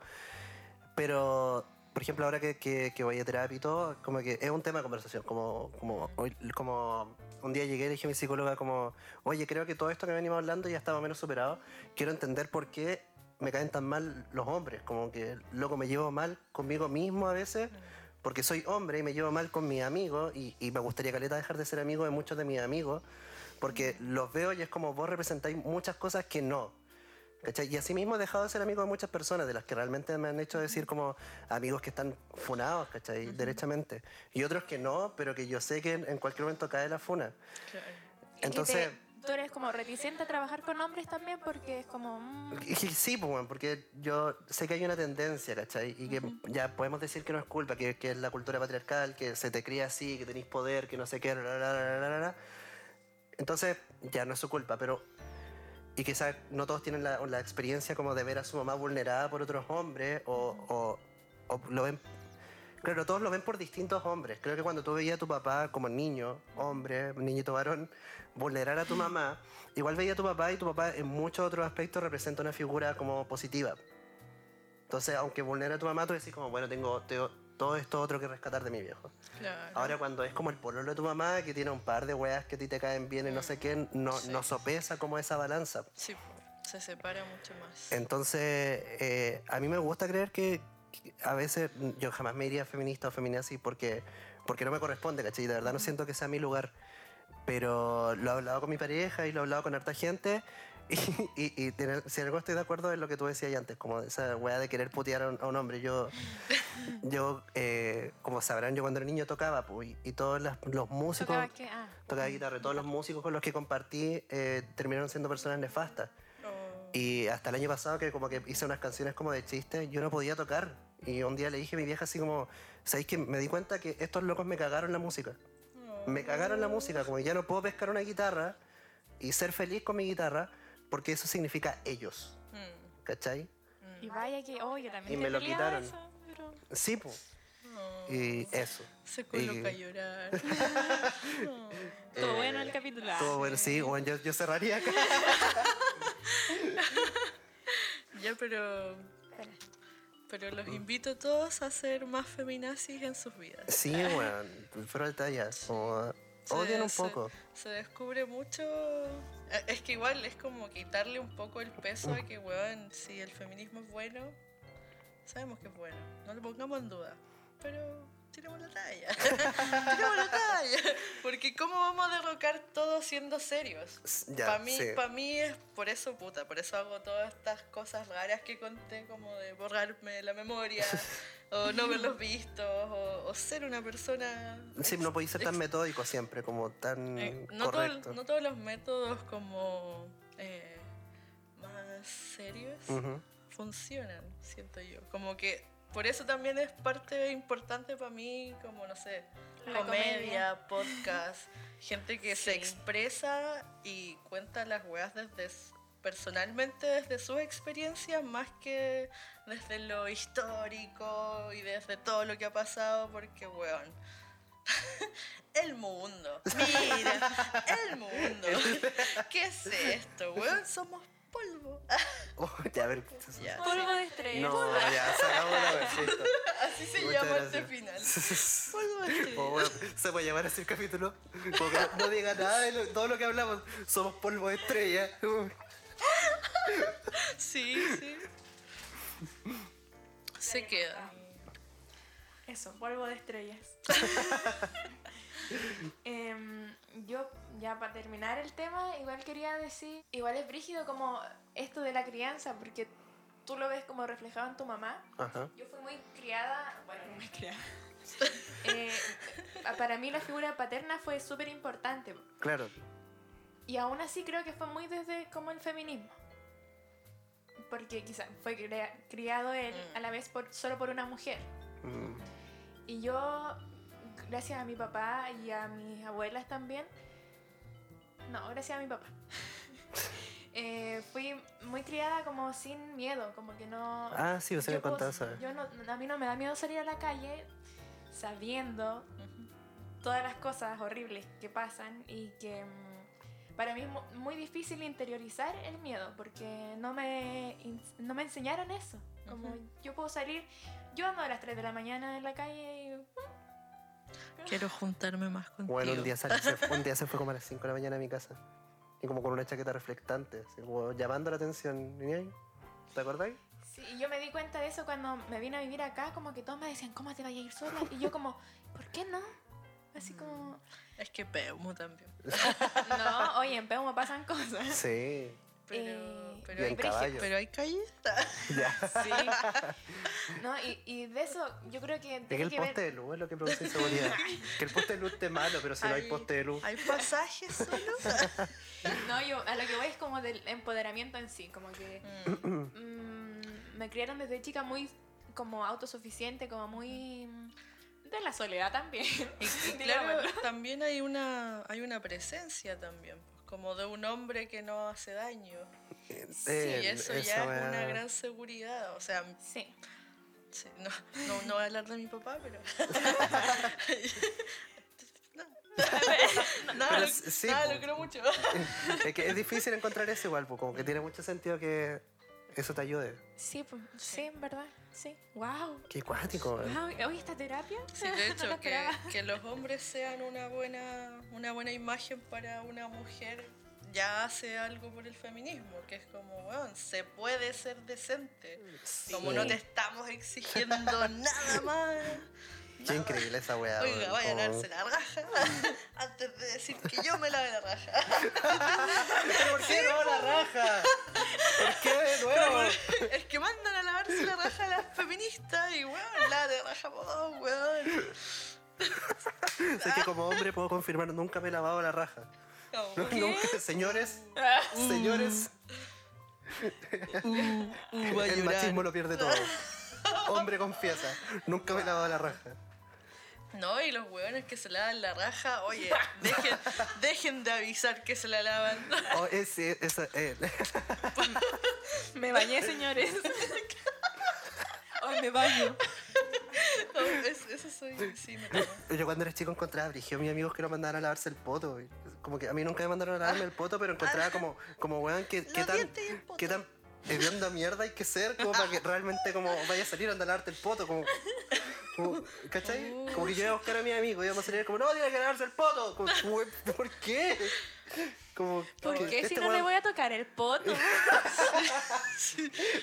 Speaker 3: pero por ejemplo, ahora que, que- que voy a terapia y todo, como que es un tema de conversación. Como, como, hoy- como un día llegué y le dije a mi psicóloga como, oye, creo que todo esto que venimos hablando ya está más o menos superado. Quiero entender por qué me caen tan mal los hombres. Como que, loco, me llevo mal conmigo mismo a veces porque soy hombre y me llevo mal con mis amigos y, y me gustaría, Caleta, dejar de ser amigo de muchos de mis amigos porque los veo y es como vos representáis muchas cosas que no. ¿Cachai? Y asimismo he dejado de ser amigo de muchas personas, de las que realmente me han hecho decir como amigos que están funados, ¿cachai? Derechamente. Y otros que no, pero que yo sé que en, en cualquier momento cae la funa. Entonces,
Speaker 2: Y te- tú eres como reticente a trabajar con hombres también porque es como. mm,
Speaker 3: y- y sí, pues, weón, porque yo sé que hay una tendencia, ¿cachai? Y que ya podemos decir que no es culpa, que, que es la cultura patriarcal, que se te cría así, que tenéis poder, que no sé qué, la, la, la, la, la, la, la. Entonces, ya no es su culpa, pero. Y quizás no todos tienen la, la experiencia como de ver a su mamá vulnerada por otros hombres o, o- o lo ven. Claro, todos lo ven por distintos hombres. Creo que cuando tú veías a tu papá como niño, hombre, niñito varón, vulnerar a tu mamá, igual veía a tu papá y tu papá en muchos otros aspectos representa una figura como positiva. Entonces, aunque vulnera a tu mamá, tú decís como, bueno, tengo, tengo todo esto otro que rescatar de mi viejo.
Speaker 4: Claro.
Speaker 3: Ahora cuando es como el pololo de tu mamá, que tiene un par de weas que a ti te caen bien y no sé qué, no,
Speaker 4: Sí.
Speaker 3: no sopesa como esa balanza.
Speaker 4: Sí, se separa mucho más.
Speaker 3: Entonces, eh, a mí me gusta creer que que a veces yo jamás me iría feminista o feminazi porque, porque no me corresponde, ¿cachai? De verdad no siento que sea mi lugar. Pero lo he hablado con mi pareja y lo he hablado con harta gente. Y, y, y tener- si algo estoy de acuerdo es lo que tú decías ya antes, como esa weá de querer putear a un, a un hombre. Yo, yo eh, como sabrán, yo cuando era niño tocaba, pues, y, y todos las- los músicos
Speaker 2: tocabas que. Ah.
Speaker 3: tocaba guitarra. Todos los músicos con los que compartí eh, terminaron siendo personas nefastas.
Speaker 4: Oh.
Speaker 3: Y hasta el año pasado que como que hice unas canciones como de chiste, yo no podía tocar. Y un día le dije a mi vieja así como, ¿sabéis que me di cuenta que estos locos me cagaron la música?
Speaker 4: oh,
Speaker 3: Me cagaron la música, como que ya no puedo pescar una guitarra y ser feliz con mi guitarra porque eso significa ellos,
Speaker 4: Mm.
Speaker 3: ¿cachai?
Speaker 2: Y vaya que. Oh, yo también
Speaker 3: Y
Speaker 2: te
Speaker 3: me lo
Speaker 2: peleaba
Speaker 3: quitaron.
Speaker 2: eso, pero-
Speaker 3: Sí, po. Y eso.
Speaker 4: mm. Oh. Se coloca a
Speaker 3: Y-
Speaker 4: llorar.
Speaker 2: Estuvo
Speaker 3: Eh,
Speaker 2: bueno el capítulo. Ah.
Speaker 3: Todo bueno, sí, bueno, yo, yo cerraría acá.
Speaker 4: ya, pero. Pero los invito a todos a ser más feminazis en sus vidas.
Speaker 3: Sí, bueno, fueron detalles, como odian un
Speaker 4: se-
Speaker 3: poco.
Speaker 4: Se descubre mucho. Eh, Es que igual es como quitarle un poco el peso a que, weón, si el feminismo es bueno, sabemos que es bueno. No lo pongamos en duda. Pero tiremos la talla. tiremos la talla. Porque, ¿cómo vamos a derrocar todo siendo serios?
Speaker 3: S- ya,
Speaker 4: para mí,
Speaker 3: sí.
Speaker 4: pa' mí es por eso, puta, por eso hago todas estas cosas raras que conté, como de borrarme la memoria, o no verlos vistos, o, o ser una persona...
Speaker 3: Sí, no podéis ser tan metódico siempre, como tan
Speaker 4: Eh, no, todo-
Speaker 3: Mm, correcto.
Speaker 4: no todos los métodos como eh, más serios
Speaker 3: Ujú.
Speaker 4: funcionan, siento yo. Como que por eso también es parte importante para mí, como no sé,
Speaker 2: La
Speaker 4: comedia, podcast, gente que se
Speaker 2: Sí.
Speaker 4: expresa y cuenta las weas desde s- personalmente desde su experiencia más que desde lo histórico y desde todo lo que ha pasado porque weón el mundo mira el mundo qué es esto weón somos polvo
Speaker 3: Oh, ya, a ver.
Speaker 4: Ya.
Speaker 2: Polvo de estrés.
Speaker 3: No, ya, sacamos la receta.
Speaker 4: Así se
Speaker 3: Muchas
Speaker 4: llama este
Speaker 3: gracias.
Speaker 4: final. Polvo de estrés.
Speaker 3: Oh, bueno, se puede llamar así el capítulo. Como que no, no diga nada de lo- todo lo que hablamos. Somos polvo de estrella.
Speaker 4: Sí, sí. Se queda.
Speaker 2: Ah, Eso, polvo de estrellas. Em, yo, ya para terminar el tema, igual quería decir, igual es brígido como esto de la crianza, porque tú lo ves como reflejado en tu mamá.
Speaker 3: Ajá.
Speaker 2: Yo fui muy criada, bueno, no muy criada. Eh, pa- para mí la figura paterna fue súper importante
Speaker 3: Claro.
Speaker 2: y aún así creo que fue muy desde como el feminismo. Porque quizá fue crea- criado él
Speaker 4: Mm.
Speaker 2: a la vez por, solo por una mujer.
Speaker 3: Mm,
Speaker 2: Y yo, gracias a mi papá y a mis abuelas también, no, gracias a mi papá, eh, fui muy criada como sin miedo, como que no...
Speaker 3: Ah, sí, usted me
Speaker 2: yo puedo-
Speaker 3: contaba eso.
Speaker 2: yo no- a mí no me da miedo salir a la calle sabiendo todas las cosas horribles que pasan y que mm, para mí es mu- muy difícil interiorizar el miedo porque no me, in- no me enseñaron eso. Como
Speaker 4: Ujú.
Speaker 2: yo puedo salir, yo ando a las 3 de la mañana en la calle y
Speaker 4: Quiero juntarme más contigo.
Speaker 3: Bueno, un día, sal- se, un día se fue como a las 5 de la mañana a mi casa. Y como con una chaqueta reflectante, así, como llamando la atención. ¿Y ahí? ¿Te acordáis?
Speaker 2: Sí, y yo me di cuenta de eso cuando me vine a vivir acá, como que todos me decían, ¿cómo te vas a ir sola? Y yo como, ¿por qué no? Así como,
Speaker 4: Es que Peumo también.
Speaker 2: no, oye, en Peumo pasan cosas.
Speaker 3: Sí.
Speaker 4: Pero,
Speaker 2: Eh,
Speaker 4: pero,
Speaker 3: Y en
Speaker 4: hay,
Speaker 3: caballo.
Speaker 4: pero hay calle.
Speaker 3: Ya.
Speaker 2: Sí. No, y, y de eso yo creo que
Speaker 3: Es que
Speaker 2: tiene
Speaker 3: el
Speaker 2: que ver...
Speaker 3: poste de luz es lo que produce inseguridad. que el poste de luz esté malo, pero si no hay
Speaker 4: Ay.
Speaker 3: poste de luz.
Speaker 4: Hay pasajes solo.
Speaker 2: No, yo a lo que voy es como del empoderamiento en sí, como que
Speaker 4: Mm,
Speaker 2: mm, me criaron desde chica muy como autosuficiente, como muy mm, de la soledad también.
Speaker 4: y claro,
Speaker 2: Digámoslo.
Speaker 4: también hay una, hay una presencia también, pues, como de un hombre que no hace daño. Y
Speaker 3: Eh,
Speaker 4: eso ya
Speaker 3: esa
Speaker 4: es
Speaker 3: weá.
Speaker 4: una gran seguridad. O sea,
Speaker 2: Sí.
Speaker 4: sí, no, no, no voy a hablar de mi papá, pero. no. nada,
Speaker 3: Pero
Speaker 4: lo-
Speaker 3: s- sí,
Speaker 4: nada,
Speaker 3: po.
Speaker 4: lo creo mucho.
Speaker 3: es que es difícil encontrar ese igual, pues, como que tiene mucho sentido que eso te ayude.
Speaker 2: Sí, pues, sí, en verdad, sí. Wow.
Speaker 3: Qué cuático, weón.
Speaker 2: Wow, ¿hoy esta terapia?
Speaker 4: Sí, de hecho,
Speaker 2: no lo
Speaker 4: que,
Speaker 2: esperaba.
Speaker 4: que los hombres sean una buena, una buena imagen para una mujer ya hace algo por el feminismo, que es como, weón, se puede ser decente. Como
Speaker 3: Sí.
Speaker 4: no te estamos exigiendo nada más.
Speaker 3: Qué increíble esa weá.
Speaker 4: Oiga,
Speaker 3: weón,
Speaker 4: vaya a
Speaker 3: como-
Speaker 4: darse la raja antes de decir que yo me lave la raja.
Speaker 3: ¿Pero ¿Por qué no la raja? ¿Por qué de nuevo?
Speaker 4: Es que mandan a lavarse la raja a las feministas y weón, la de raja por dos, weón.
Speaker 3: Sé que como hombre puedo confirmar, nunca me he lavado la raja.
Speaker 4: Como,
Speaker 3: No, Nunca, señores, Mm. señores,
Speaker 4: uh, va a
Speaker 3: el
Speaker 4: llorar.
Speaker 3: machismo lo pierde todo. Hombre confiesa, nunca me he lavado la raja.
Speaker 4: No, y los hueones que se lavan la raja, oye, dejen, dejen de avisar que se la lavan.
Speaker 3: Oh, ese, esa, eh,
Speaker 2: Me bañé, señores. Hoy me baño.
Speaker 4: No, es- eso soy, sí, me tomo.
Speaker 3: Yo cuando era chico encontraba a Brigio, mis amigos que lo mandaban a lavarse el poto. y Como que a mí nunca me mandaron a lavarme el poto, pero encontraba como, como weón, que,
Speaker 4: Ah. Los
Speaker 3: que tan,
Speaker 4: dientes y el poto.
Speaker 3: que tan hedionda mierda hay que ser como para que realmente como vaya a salir a andar a lavarte el poto. Como, como, ¿Cachai? Como que yo iba a buscar a mi amigo y íbamos a salir como, no, tiene que lavarse el poto. Como, "Weón, ¿Por qué? Como,
Speaker 2: ¿Por
Speaker 3: que
Speaker 2: qué si
Speaker 3: este
Speaker 2: no le
Speaker 3: weón-
Speaker 2: voy a tocar el poto?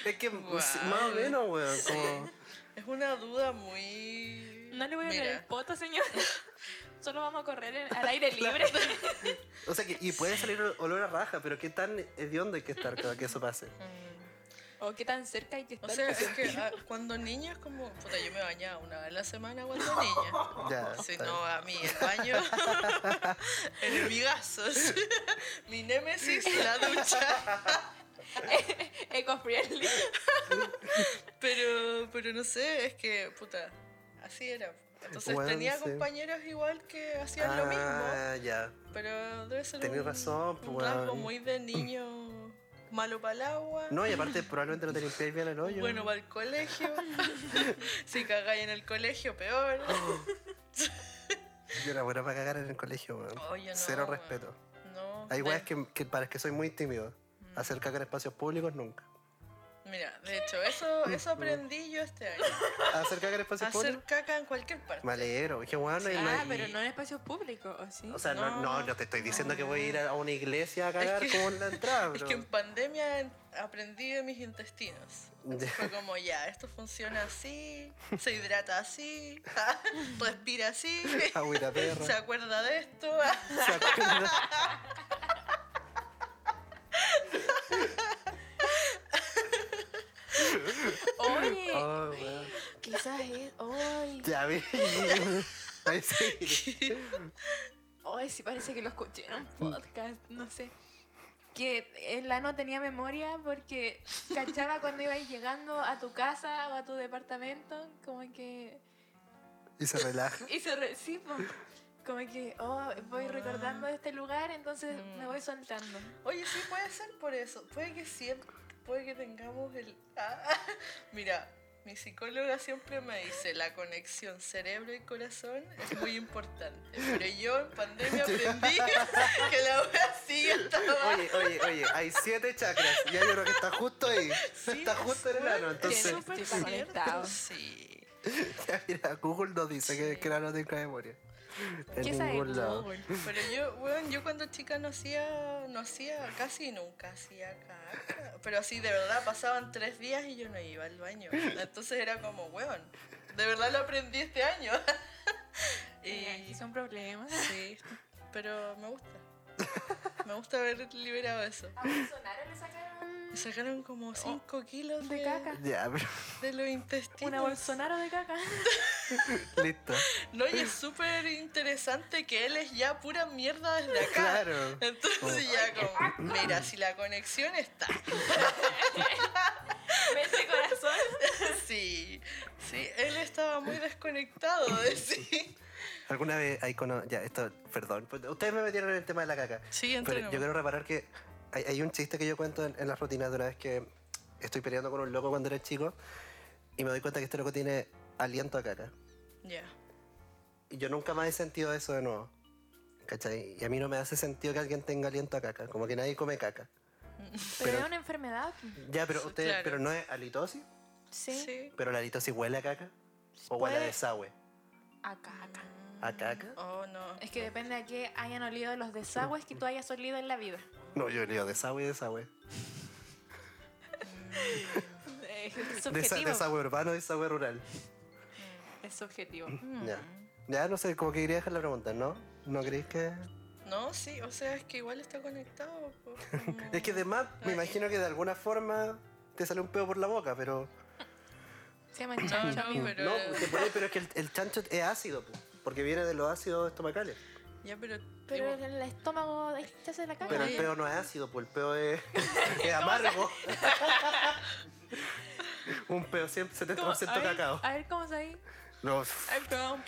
Speaker 3: Es que
Speaker 4: Wow.
Speaker 3: más o menos, weón. Como,
Speaker 4: Es una duda muy.
Speaker 2: No le voy a tocar el
Speaker 4: Mira,
Speaker 2: poto, señor. Solo vamos a correr en- al aire libre.
Speaker 3: o sea, que, y puede salir olor a raja, pero qué tan hediondo hay que estar para que eso pase.
Speaker 4: mm,
Speaker 2: o Oh, qué tan cerca hay que
Speaker 4: O
Speaker 2: estar.
Speaker 4: sea, es que ah, cuando niña es como. Puta, yo me bañaba una vez a la semana cuando niña.
Speaker 3: Ya.
Speaker 4: Si
Speaker 3: está bien.
Speaker 4: no, a mí el baño. Enemigazos. Mi némesis, la ducha.
Speaker 2: Eco-friendly.
Speaker 4: Pero, pero no sé, es que, puta, así era. Entonces
Speaker 3: Bueno,
Speaker 4: tenía
Speaker 3: sí.
Speaker 4: compañeros igual que hacían lo mismo,
Speaker 3: Ah, ya.
Speaker 4: pero debe ser
Speaker 3: tenés
Speaker 4: un,
Speaker 3: razón, pues,
Speaker 4: un rasgo
Speaker 3: weón.
Speaker 4: muy de niño malo para el agua,
Speaker 3: No, y aparte probablemente no te limpiáis bien el hoyo.
Speaker 4: bueno para el colegio, si cagáis en el colegio, peor.
Speaker 3: Yo era buena para cagar en el colegio, weón.
Speaker 4: Oh, yo no,
Speaker 3: Cero
Speaker 4: weón.
Speaker 3: respeto.
Speaker 4: No,
Speaker 3: Hay
Speaker 4: de-
Speaker 3: weas que, que para las que soy muy tímido.
Speaker 4: mm,
Speaker 3: Hacer caca en espacios públicos nunca.
Speaker 4: Mira, de hecho, eso, eso
Speaker 3: Mm,
Speaker 4: aprendí yo este año.
Speaker 3: Hacer caca en espacios
Speaker 4: Hacer
Speaker 3: públicos.
Speaker 4: caca en cualquier parte.
Speaker 3: Me alegro. Dije, bueno, y
Speaker 2: Ah,
Speaker 3: no-
Speaker 2: pero no en espacios públicos, ¿o sí?
Speaker 3: O sea, no,
Speaker 4: No.
Speaker 3: no, no te estoy diciendo que voy a ir a una iglesia a cagar
Speaker 4: Es que-
Speaker 3: como en la entrada,
Speaker 4: Es
Speaker 3: bro.
Speaker 4: que en pandemia en- aprendí de mis intestinos. Así Fue como ya, esto funciona así, se hidrata así, respira así,
Speaker 3: Agüita perra.
Speaker 4: se acuerda de esto.
Speaker 3: ¿Se acuerdan?
Speaker 2: Oye,
Speaker 3: Oh, weón.
Speaker 2: quizás es. Oye,
Speaker 3: Ya vi. Ahí sí.
Speaker 2: oye, sí parece que lo escuché en un podcast, no sé. Que en la no tenía memoria porque cachaba cuando ibas llegando a tu casa o a tu departamento, como que.
Speaker 3: Y se relaja.
Speaker 2: Y se re- sí, po. como que, oh, voy recordando este lugar, entonces me voy soltando.
Speaker 4: Oye, sí, puede ser por eso. Puede que siempre, puede que tengamos el... ah, Mira, mi psicóloga siempre me dice, la conexión cerebro y corazón es muy importante. Pero yo en pandemia aprendí que la wea sigue hasta abajo.
Speaker 3: Oye, oye, oye, hay siete chakras. Ya yo creo que está justo ahí.
Speaker 4: Sí,
Speaker 3: está justo en el ano. Entonces,
Speaker 2: súper conectado.
Speaker 4: Sí.
Speaker 3: ya mira, Google nos dice que, que el ano tiene memoria. En
Speaker 2: ¿Qué sabes
Speaker 3: ningún lado.
Speaker 2: tú?
Speaker 4: Pero yo, weón, yo cuando chica no hacía, no hacía, casi nunca hacía caca. Pero así, de verdad, pasaban tres días y yo no iba al baño. Entonces era como, weón, de verdad lo aprendí este año.
Speaker 2: Eh, aquí
Speaker 4: Y
Speaker 2: son problemas.
Speaker 4: sí, pero me gusta. Me gusta haber liberado eso.
Speaker 2: ¿A Bolsonaro le sacaron
Speaker 4: Me sacaron como 5 kilos
Speaker 2: Oh. de caca?
Speaker 3: Ya, pero
Speaker 4: De los intestinos.
Speaker 2: ¿Una Bolsonaro de caca?
Speaker 3: listo.
Speaker 4: No, y es súper interesante que él es ya pura mierda desde acá.
Speaker 3: Claro.
Speaker 4: Entonces ya como, mira, si la conexión está.
Speaker 2: Mente corazón.
Speaker 4: Sí, sí, él estaba muy desconectado de sí.
Speaker 3: ¿Alguna vez hay cono... Ya, esto, perdón. pues, Ustedes me metieron en el tema de la caca.
Speaker 4: Sí,
Speaker 3: Pero
Speaker 4: entremos.
Speaker 3: yo quiero reparar que hay, hay un chiste que yo cuento en, en las rutinas de una vez que estoy peleando con un loco cuando era chico y me doy cuenta que este loco tiene aliento a caca.
Speaker 4: Ya.
Speaker 3: Y yo nunca más he sentido eso de nuevo. ¿Cachai? Y a mí no me hace sentido que alguien tenga aliento a caca, como que nadie come caca.
Speaker 2: Pero
Speaker 3: Pero-
Speaker 2: es una enfermedad.
Speaker 3: Ya, pero
Speaker 4: Sí,
Speaker 3: ustedes,
Speaker 4: claro.
Speaker 3: pero no es halitosis,
Speaker 2: Sí.
Speaker 4: Sí.
Speaker 3: pero la halitosis huele a caca o huele a
Speaker 2: Puede-
Speaker 3: desagüe.
Speaker 2: A caca.
Speaker 3: ¿A caca?
Speaker 4: Oh, no.
Speaker 2: Es que depende a qué hayan olido los desagües que tú hayas olido en la vida.
Speaker 3: No, yo leo desagüe, desagüe.
Speaker 2: Es
Speaker 3: Desa-
Speaker 2: subjetivo.
Speaker 3: desagüe urbano, desagüe rural.
Speaker 2: Es subjetivo.
Speaker 4: Mm.
Speaker 3: Ya. Ya no sé, como que quería dejar la pregunta, ¿no? ¿No creéis que.?
Speaker 4: No, sí, o sea, es que igual está conectado. po, como-
Speaker 3: Es que además, me imagino que de alguna forma te sale un pedo por la boca, pero.
Speaker 2: Se llama chancho,
Speaker 4: No,
Speaker 2: amigo.
Speaker 4: no, pero...
Speaker 3: No, te pone- pero es que el, el chancho es ácido, po, porque viene de los ácidos estomacales.
Speaker 4: Ya, pero...
Speaker 2: Pero
Speaker 4: digo,
Speaker 2: el estómago ahí te hace la caca.
Speaker 3: Pero el peo no es ácido, pues el peo es, es amargo. un peo 100%
Speaker 2: ¿Cómo? a, ver,
Speaker 3: cacao.
Speaker 2: a ver cómo es ahí.
Speaker 3: No,
Speaker 4: pero-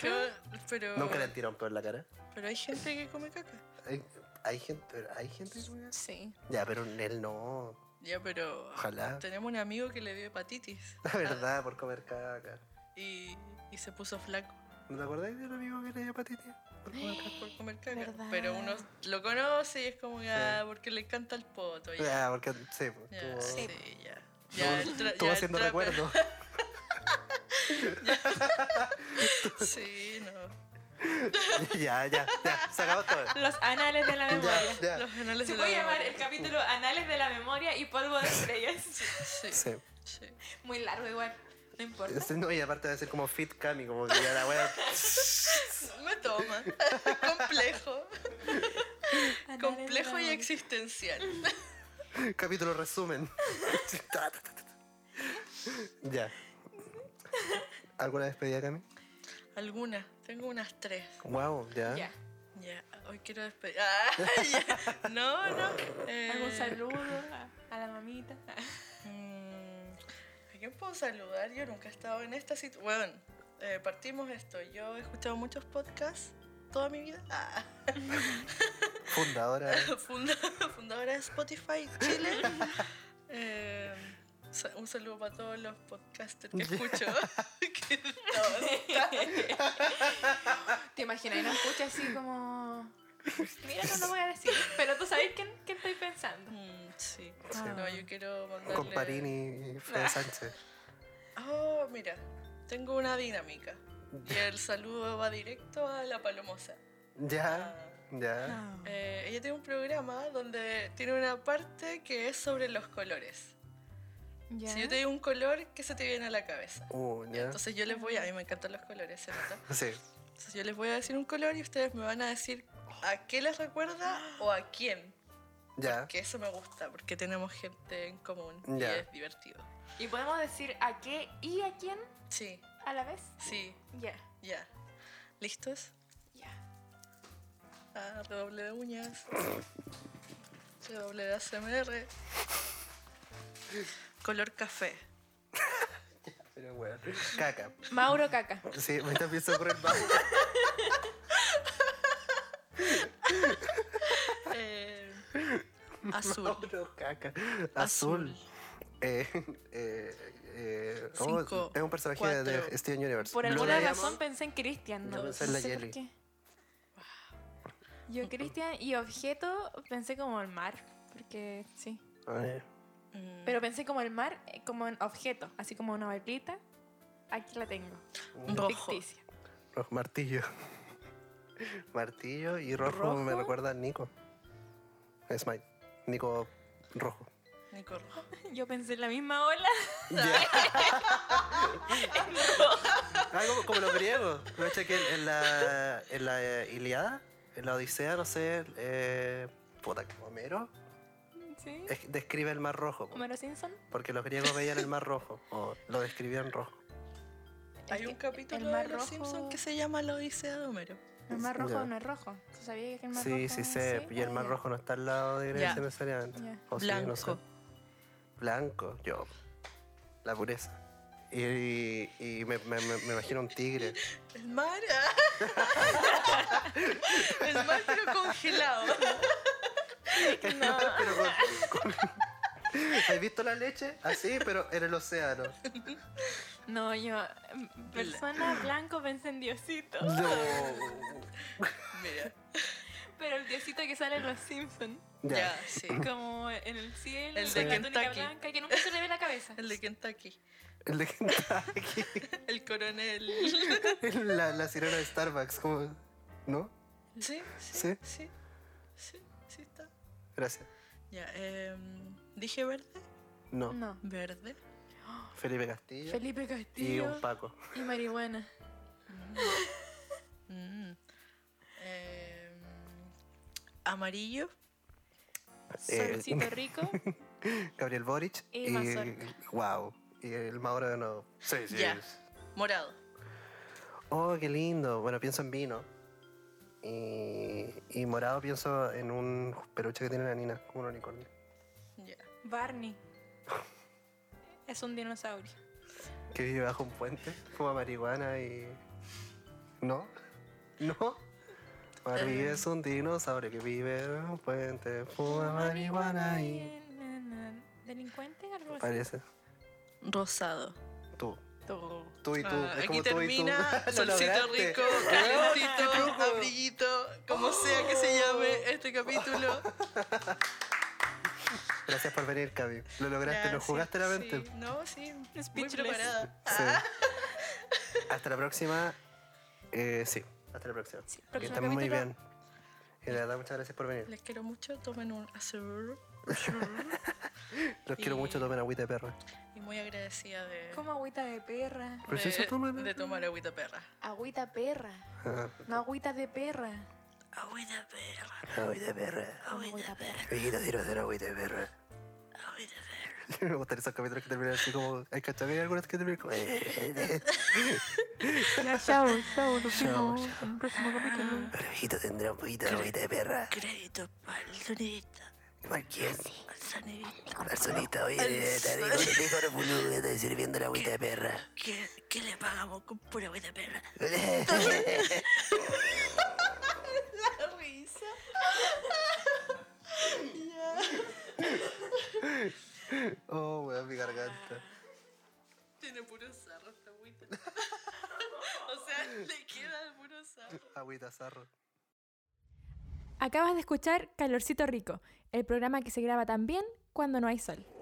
Speaker 4: pero...
Speaker 3: nunca le han tirado un peo en la cara.
Speaker 4: Pero hay gente que come caca.
Speaker 3: Hay, hay gente, hay gente que juega.
Speaker 2: Sí.
Speaker 3: Ya, pero él no.
Speaker 4: Ya, pero...
Speaker 3: Ojalá.
Speaker 4: Tenemos un amigo que le dio hepatitis
Speaker 3: La
Speaker 4: Ah.
Speaker 3: verdad, por comer caca.
Speaker 4: y, y se puso flaco.
Speaker 3: ¿No te acordáis del amigo que le dio hepatitis? Por comer caca.
Speaker 4: por comer caca.
Speaker 2: ¿Verdad?
Speaker 4: Pero uno lo conoce y es como, ah, porque le encanta el poto. Ya,
Speaker 3: Ya, porque sí, pues,
Speaker 4: ya,
Speaker 3: estuvo-
Speaker 4: sí, ya. Ya, el
Speaker 3: estuvo
Speaker 4: tra-
Speaker 3: estuvo
Speaker 4: ya el
Speaker 3: haciendo
Speaker 4: trape-
Speaker 3: recuerdos.
Speaker 4: Sí, no.
Speaker 3: ya, ya, ya, se acabó todo.
Speaker 2: Los anales de la memoria.
Speaker 3: Ya, ya.
Speaker 4: Los anales
Speaker 2: Se
Speaker 4: de
Speaker 2: puede
Speaker 4: la-
Speaker 2: llamar el capítulo Anales de la memoria y polvo de estrellas.
Speaker 4: Sí, sí.
Speaker 3: Sí.
Speaker 2: Muy largo igual. No importa.
Speaker 3: Este, No, y aparte de ser como fit cami, como que ya la wea.
Speaker 4: Me toma. complejo.
Speaker 2: Anales de la
Speaker 4: complejo y
Speaker 2: memoria.
Speaker 4: existencial.
Speaker 3: Capítulo resumen. Ta, ta, ta, ta, ta. ya. ¿Alguna despedida, Cami?
Speaker 4: Algunas. Tengo unas tres.
Speaker 3: Wow, ya.
Speaker 2: Ya.
Speaker 4: Ya, hoy quiero despedir. Ah, ya. No, no. Eh,
Speaker 2: Algún saludo a, a la mamita.
Speaker 4: Mm, ¿A quién puedo saludar? Yo nunca he estado en esta situación. Bueno, eh, partimos esto. Yo he escuchado muchos podcasts toda mi vida. Ah.
Speaker 3: Fundadora.
Speaker 4: Funda- fundadora de Spotify Chile. Eh, sa- un saludo para todos los podcasters que escucho. Que todos.
Speaker 2: ¿Te imaginas? No escucha así como. Mira, no lo voy a decir, pero tú sabes quién, quién estoy pensando.
Speaker 4: Mm, sí.
Speaker 3: Sí.
Speaker 4: No, yo quiero mandarle...
Speaker 3: Ah. Con Parini y Fred Sánchez.
Speaker 4: Oh, mira. Tengo una dinámica. Y el saludo va directo a la palomosa.
Speaker 3: Ya,
Speaker 4: Ah.
Speaker 3: ya.
Speaker 4: Eh, ella tiene un programa donde tiene una parte que es sobre los colores.
Speaker 2: ¿Ya?
Speaker 4: Si yo te digo un color, ¿qué se te viene a la cabeza?
Speaker 3: Uh, ya.
Speaker 4: Entonces yo les voy a... A mí me encantan los colores, ¿se nota?
Speaker 3: Sí.
Speaker 4: Entonces yo les voy a decir un color y ustedes me van a decir a qué les recuerda o a quién.
Speaker 3: Ya.
Speaker 4: Que eso me gusta, porque tenemos gente en común
Speaker 3: Ah. Ya.
Speaker 4: y es divertido.
Speaker 2: ¿Y podemos decir a qué y a quién
Speaker 4: Sí,
Speaker 2: a la vez?
Speaker 4: sí,
Speaker 2: Ya.
Speaker 4: ya. ¿Listos?
Speaker 2: Ya.
Speaker 4: Ah, doble de uñas. Doble de ASMR. Color café.
Speaker 3: Pero bueno. Caca.
Speaker 2: Mauro Caca.
Speaker 3: Sí, me está empezando a correr más.
Speaker 4: Eh, azul.
Speaker 3: Mauro, caca. Azul. Eh, eh, eh, oh,
Speaker 4: Cinco,
Speaker 3: es un personaje
Speaker 4: cuatro.
Speaker 3: de Steven Universe.
Speaker 2: Por
Speaker 3: Lo
Speaker 2: alguna
Speaker 3: veíamos-
Speaker 2: razón pensé en Cristian, no,
Speaker 3: Yo
Speaker 2: no
Speaker 3: pensé en la
Speaker 2: sé
Speaker 3: Yeli.
Speaker 2: por qué. Yo Cristian y objeto pensé como el mar, porque sí.
Speaker 3: Eh,
Speaker 4: Mm,
Speaker 2: Pero pensé como el mar, eh, como en objeto, así como una balita. Aquí la tengo,
Speaker 4: rojo.
Speaker 2: ficticia.
Speaker 3: rojo, martillo. Martillo y rojo, me
Speaker 2: Rojo.
Speaker 3: recuerda a Nico. Smite. Nico rojo.
Speaker 4: Nico rojo.
Speaker 2: Yo pensé en la misma ola.
Speaker 3: Ya. Ah, como, como los griegos. No sé que en, en la, en la eh, Iliada, en la Odisea, no sé, eh, puta, Homero,
Speaker 2: ¿Sí?
Speaker 3: es- describe el mar rojo. po,
Speaker 2: Homero Simpson.
Speaker 3: Porque los griegos veían el mar rojo, o lo describían rojo.
Speaker 4: Hay
Speaker 2: que-
Speaker 4: un capítulo
Speaker 2: el mar
Speaker 4: de Los
Speaker 2: rojo-
Speaker 4: Simpsons que se llama La Odisea de Homero.
Speaker 2: El mar rojo
Speaker 3: Ya.
Speaker 2: no es rojo. ¿Tú sabías que el mar rojo
Speaker 3: Sí, sí sé. Y el
Speaker 2: Ah,
Speaker 3: mar
Speaker 2: ya.
Speaker 3: rojo no está al lado de Grecia
Speaker 4: Ya.
Speaker 3: necesariamente.
Speaker 2: Ya.
Speaker 3: O Oh, sí, no sé.
Speaker 4: Blanco.
Speaker 3: Blanco, yo. La pureza. Y, y me, me- me- me imagino un tigre.
Speaker 4: El mar. el mar pero congelado.
Speaker 3: Pero con- con- ¿Has visto la leche? Así, pero en el océano.
Speaker 2: No, yo. mm, Persona blanco pensé en Diosito.
Speaker 3: No.
Speaker 4: Mira.
Speaker 2: Pero el Diosito que sale en los Simpsons.
Speaker 3: Ya.
Speaker 4: Ya, sí.
Speaker 2: Como en el cielo.
Speaker 4: El de
Speaker 2: con la túnica
Speaker 4: Kentucky.
Speaker 2: blanca que nunca se le ve la cabeza.
Speaker 4: El de Kentucky.
Speaker 3: El de Kentucky.
Speaker 4: El coronel.
Speaker 3: La, la sirena de Starbucks. como- ¿No?
Speaker 4: Sí,
Speaker 3: Sí.
Speaker 4: sí. Sí. Sí, sí está.
Speaker 3: Gracias.
Speaker 4: Ya, em, dije verde.
Speaker 3: No.
Speaker 2: No.
Speaker 4: Verde.
Speaker 3: Felipe Castillo.
Speaker 2: Felipe
Speaker 3: Y
Speaker 2: Castillo
Speaker 3: un Paco.
Speaker 2: y, marihuana.
Speaker 4: Mm. Em, amarillo.
Speaker 3: Eh,
Speaker 2: Solcito rico.
Speaker 3: Gabriel Boric.
Speaker 2: Y Mazorca.
Speaker 3: Wow. Y el Mauro de nuevo. Sí, sí.
Speaker 4: Ya.
Speaker 3: es.
Speaker 4: Morado.
Speaker 3: Oh, qué lindo. Bueno, pienso en vino. Y, y morado pienso en un peluche que tiene la nina, como un unicornio.
Speaker 4: Ya.
Speaker 2: Barney. Es un dinosaurio.
Speaker 3: Que vive bajo un puente, fuma marihuana y. ¿No? ¿No? Barbie es un dinosaurio que vive en un puente, fuma marihuana y.
Speaker 2: na, na, na. Delincuente, algo así.
Speaker 3: Parece.
Speaker 4: Rosado.
Speaker 3: Tú.
Speaker 2: Todo.
Speaker 3: Tú y tú.
Speaker 4: Ah,
Speaker 3: es
Speaker 4: aquí
Speaker 3: como tú y tú.
Speaker 4: termina
Speaker 3: Lo
Speaker 4: Solcito
Speaker 3: lograste.
Speaker 4: Rico, calentito, abriguito, como sea que se llame este capítulo.
Speaker 3: Gracias por venir, Cami. Lo lograste, lo
Speaker 4: Gracias,
Speaker 3: jugaste la mente.
Speaker 4: sí. No, sí. Muy Ah.
Speaker 2: Speechless.
Speaker 4: preparada.
Speaker 3: Sí. Hasta la próxima. Eh, sí, hasta la próxima.
Speaker 2: Sí,
Speaker 3: que
Speaker 2: próximo
Speaker 3: estén muy
Speaker 2: capítulo.
Speaker 3: bien. Y de verdad, muchas gracias por venir.
Speaker 4: Les quiero mucho. Tomen un azul.
Speaker 3: Los quiero
Speaker 4: Y-
Speaker 3: mucho, tomen agüita de perro.
Speaker 4: Y muy agradecida de,
Speaker 2: Como agüita de perra.
Speaker 3: Pero si
Speaker 4: de-
Speaker 3: eso toman-
Speaker 4: de tomar agüita perra.
Speaker 2: Agüita perra. No agüita de perra.
Speaker 4: Agüita perra.
Speaker 3: Agüita de perro.
Speaker 2: Agüita perra.
Speaker 3: Hijita, tiro hacer agüita de perro.
Speaker 4: Agüita perra.
Speaker 3: Me gustan esos capítulos que terminan así como. ¿Hay cachado que hay algunos que terminan como.
Speaker 2: Ya, chao, chao.
Speaker 3: Chao,
Speaker 2: próximo capítulo.
Speaker 3: Pero hijito tendrá un poquito de agüita de perra.
Speaker 4: Crédito para el sonidito.
Speaker 3: ¿Por quién?
Speaker 4: Al sonidito.
Speaker 3: Personita, oye, te digo, te digo, no boludo, que estoy sirviendo la agüita de perra.
Speaker 4: ¿Qué, qué le pagamos con pura agüita perra? La risa.
Speaker 3: Oh, weón, mi garganta.
Speaker 4: Tiene puro sarro esta agüita. o sea, le queda el puro sarro.
Speaker 3: Agüita, zarro.
Speaker 6: Acabas de escuchar Calorcito Rico, el programa que se graba también cuando no hay sol.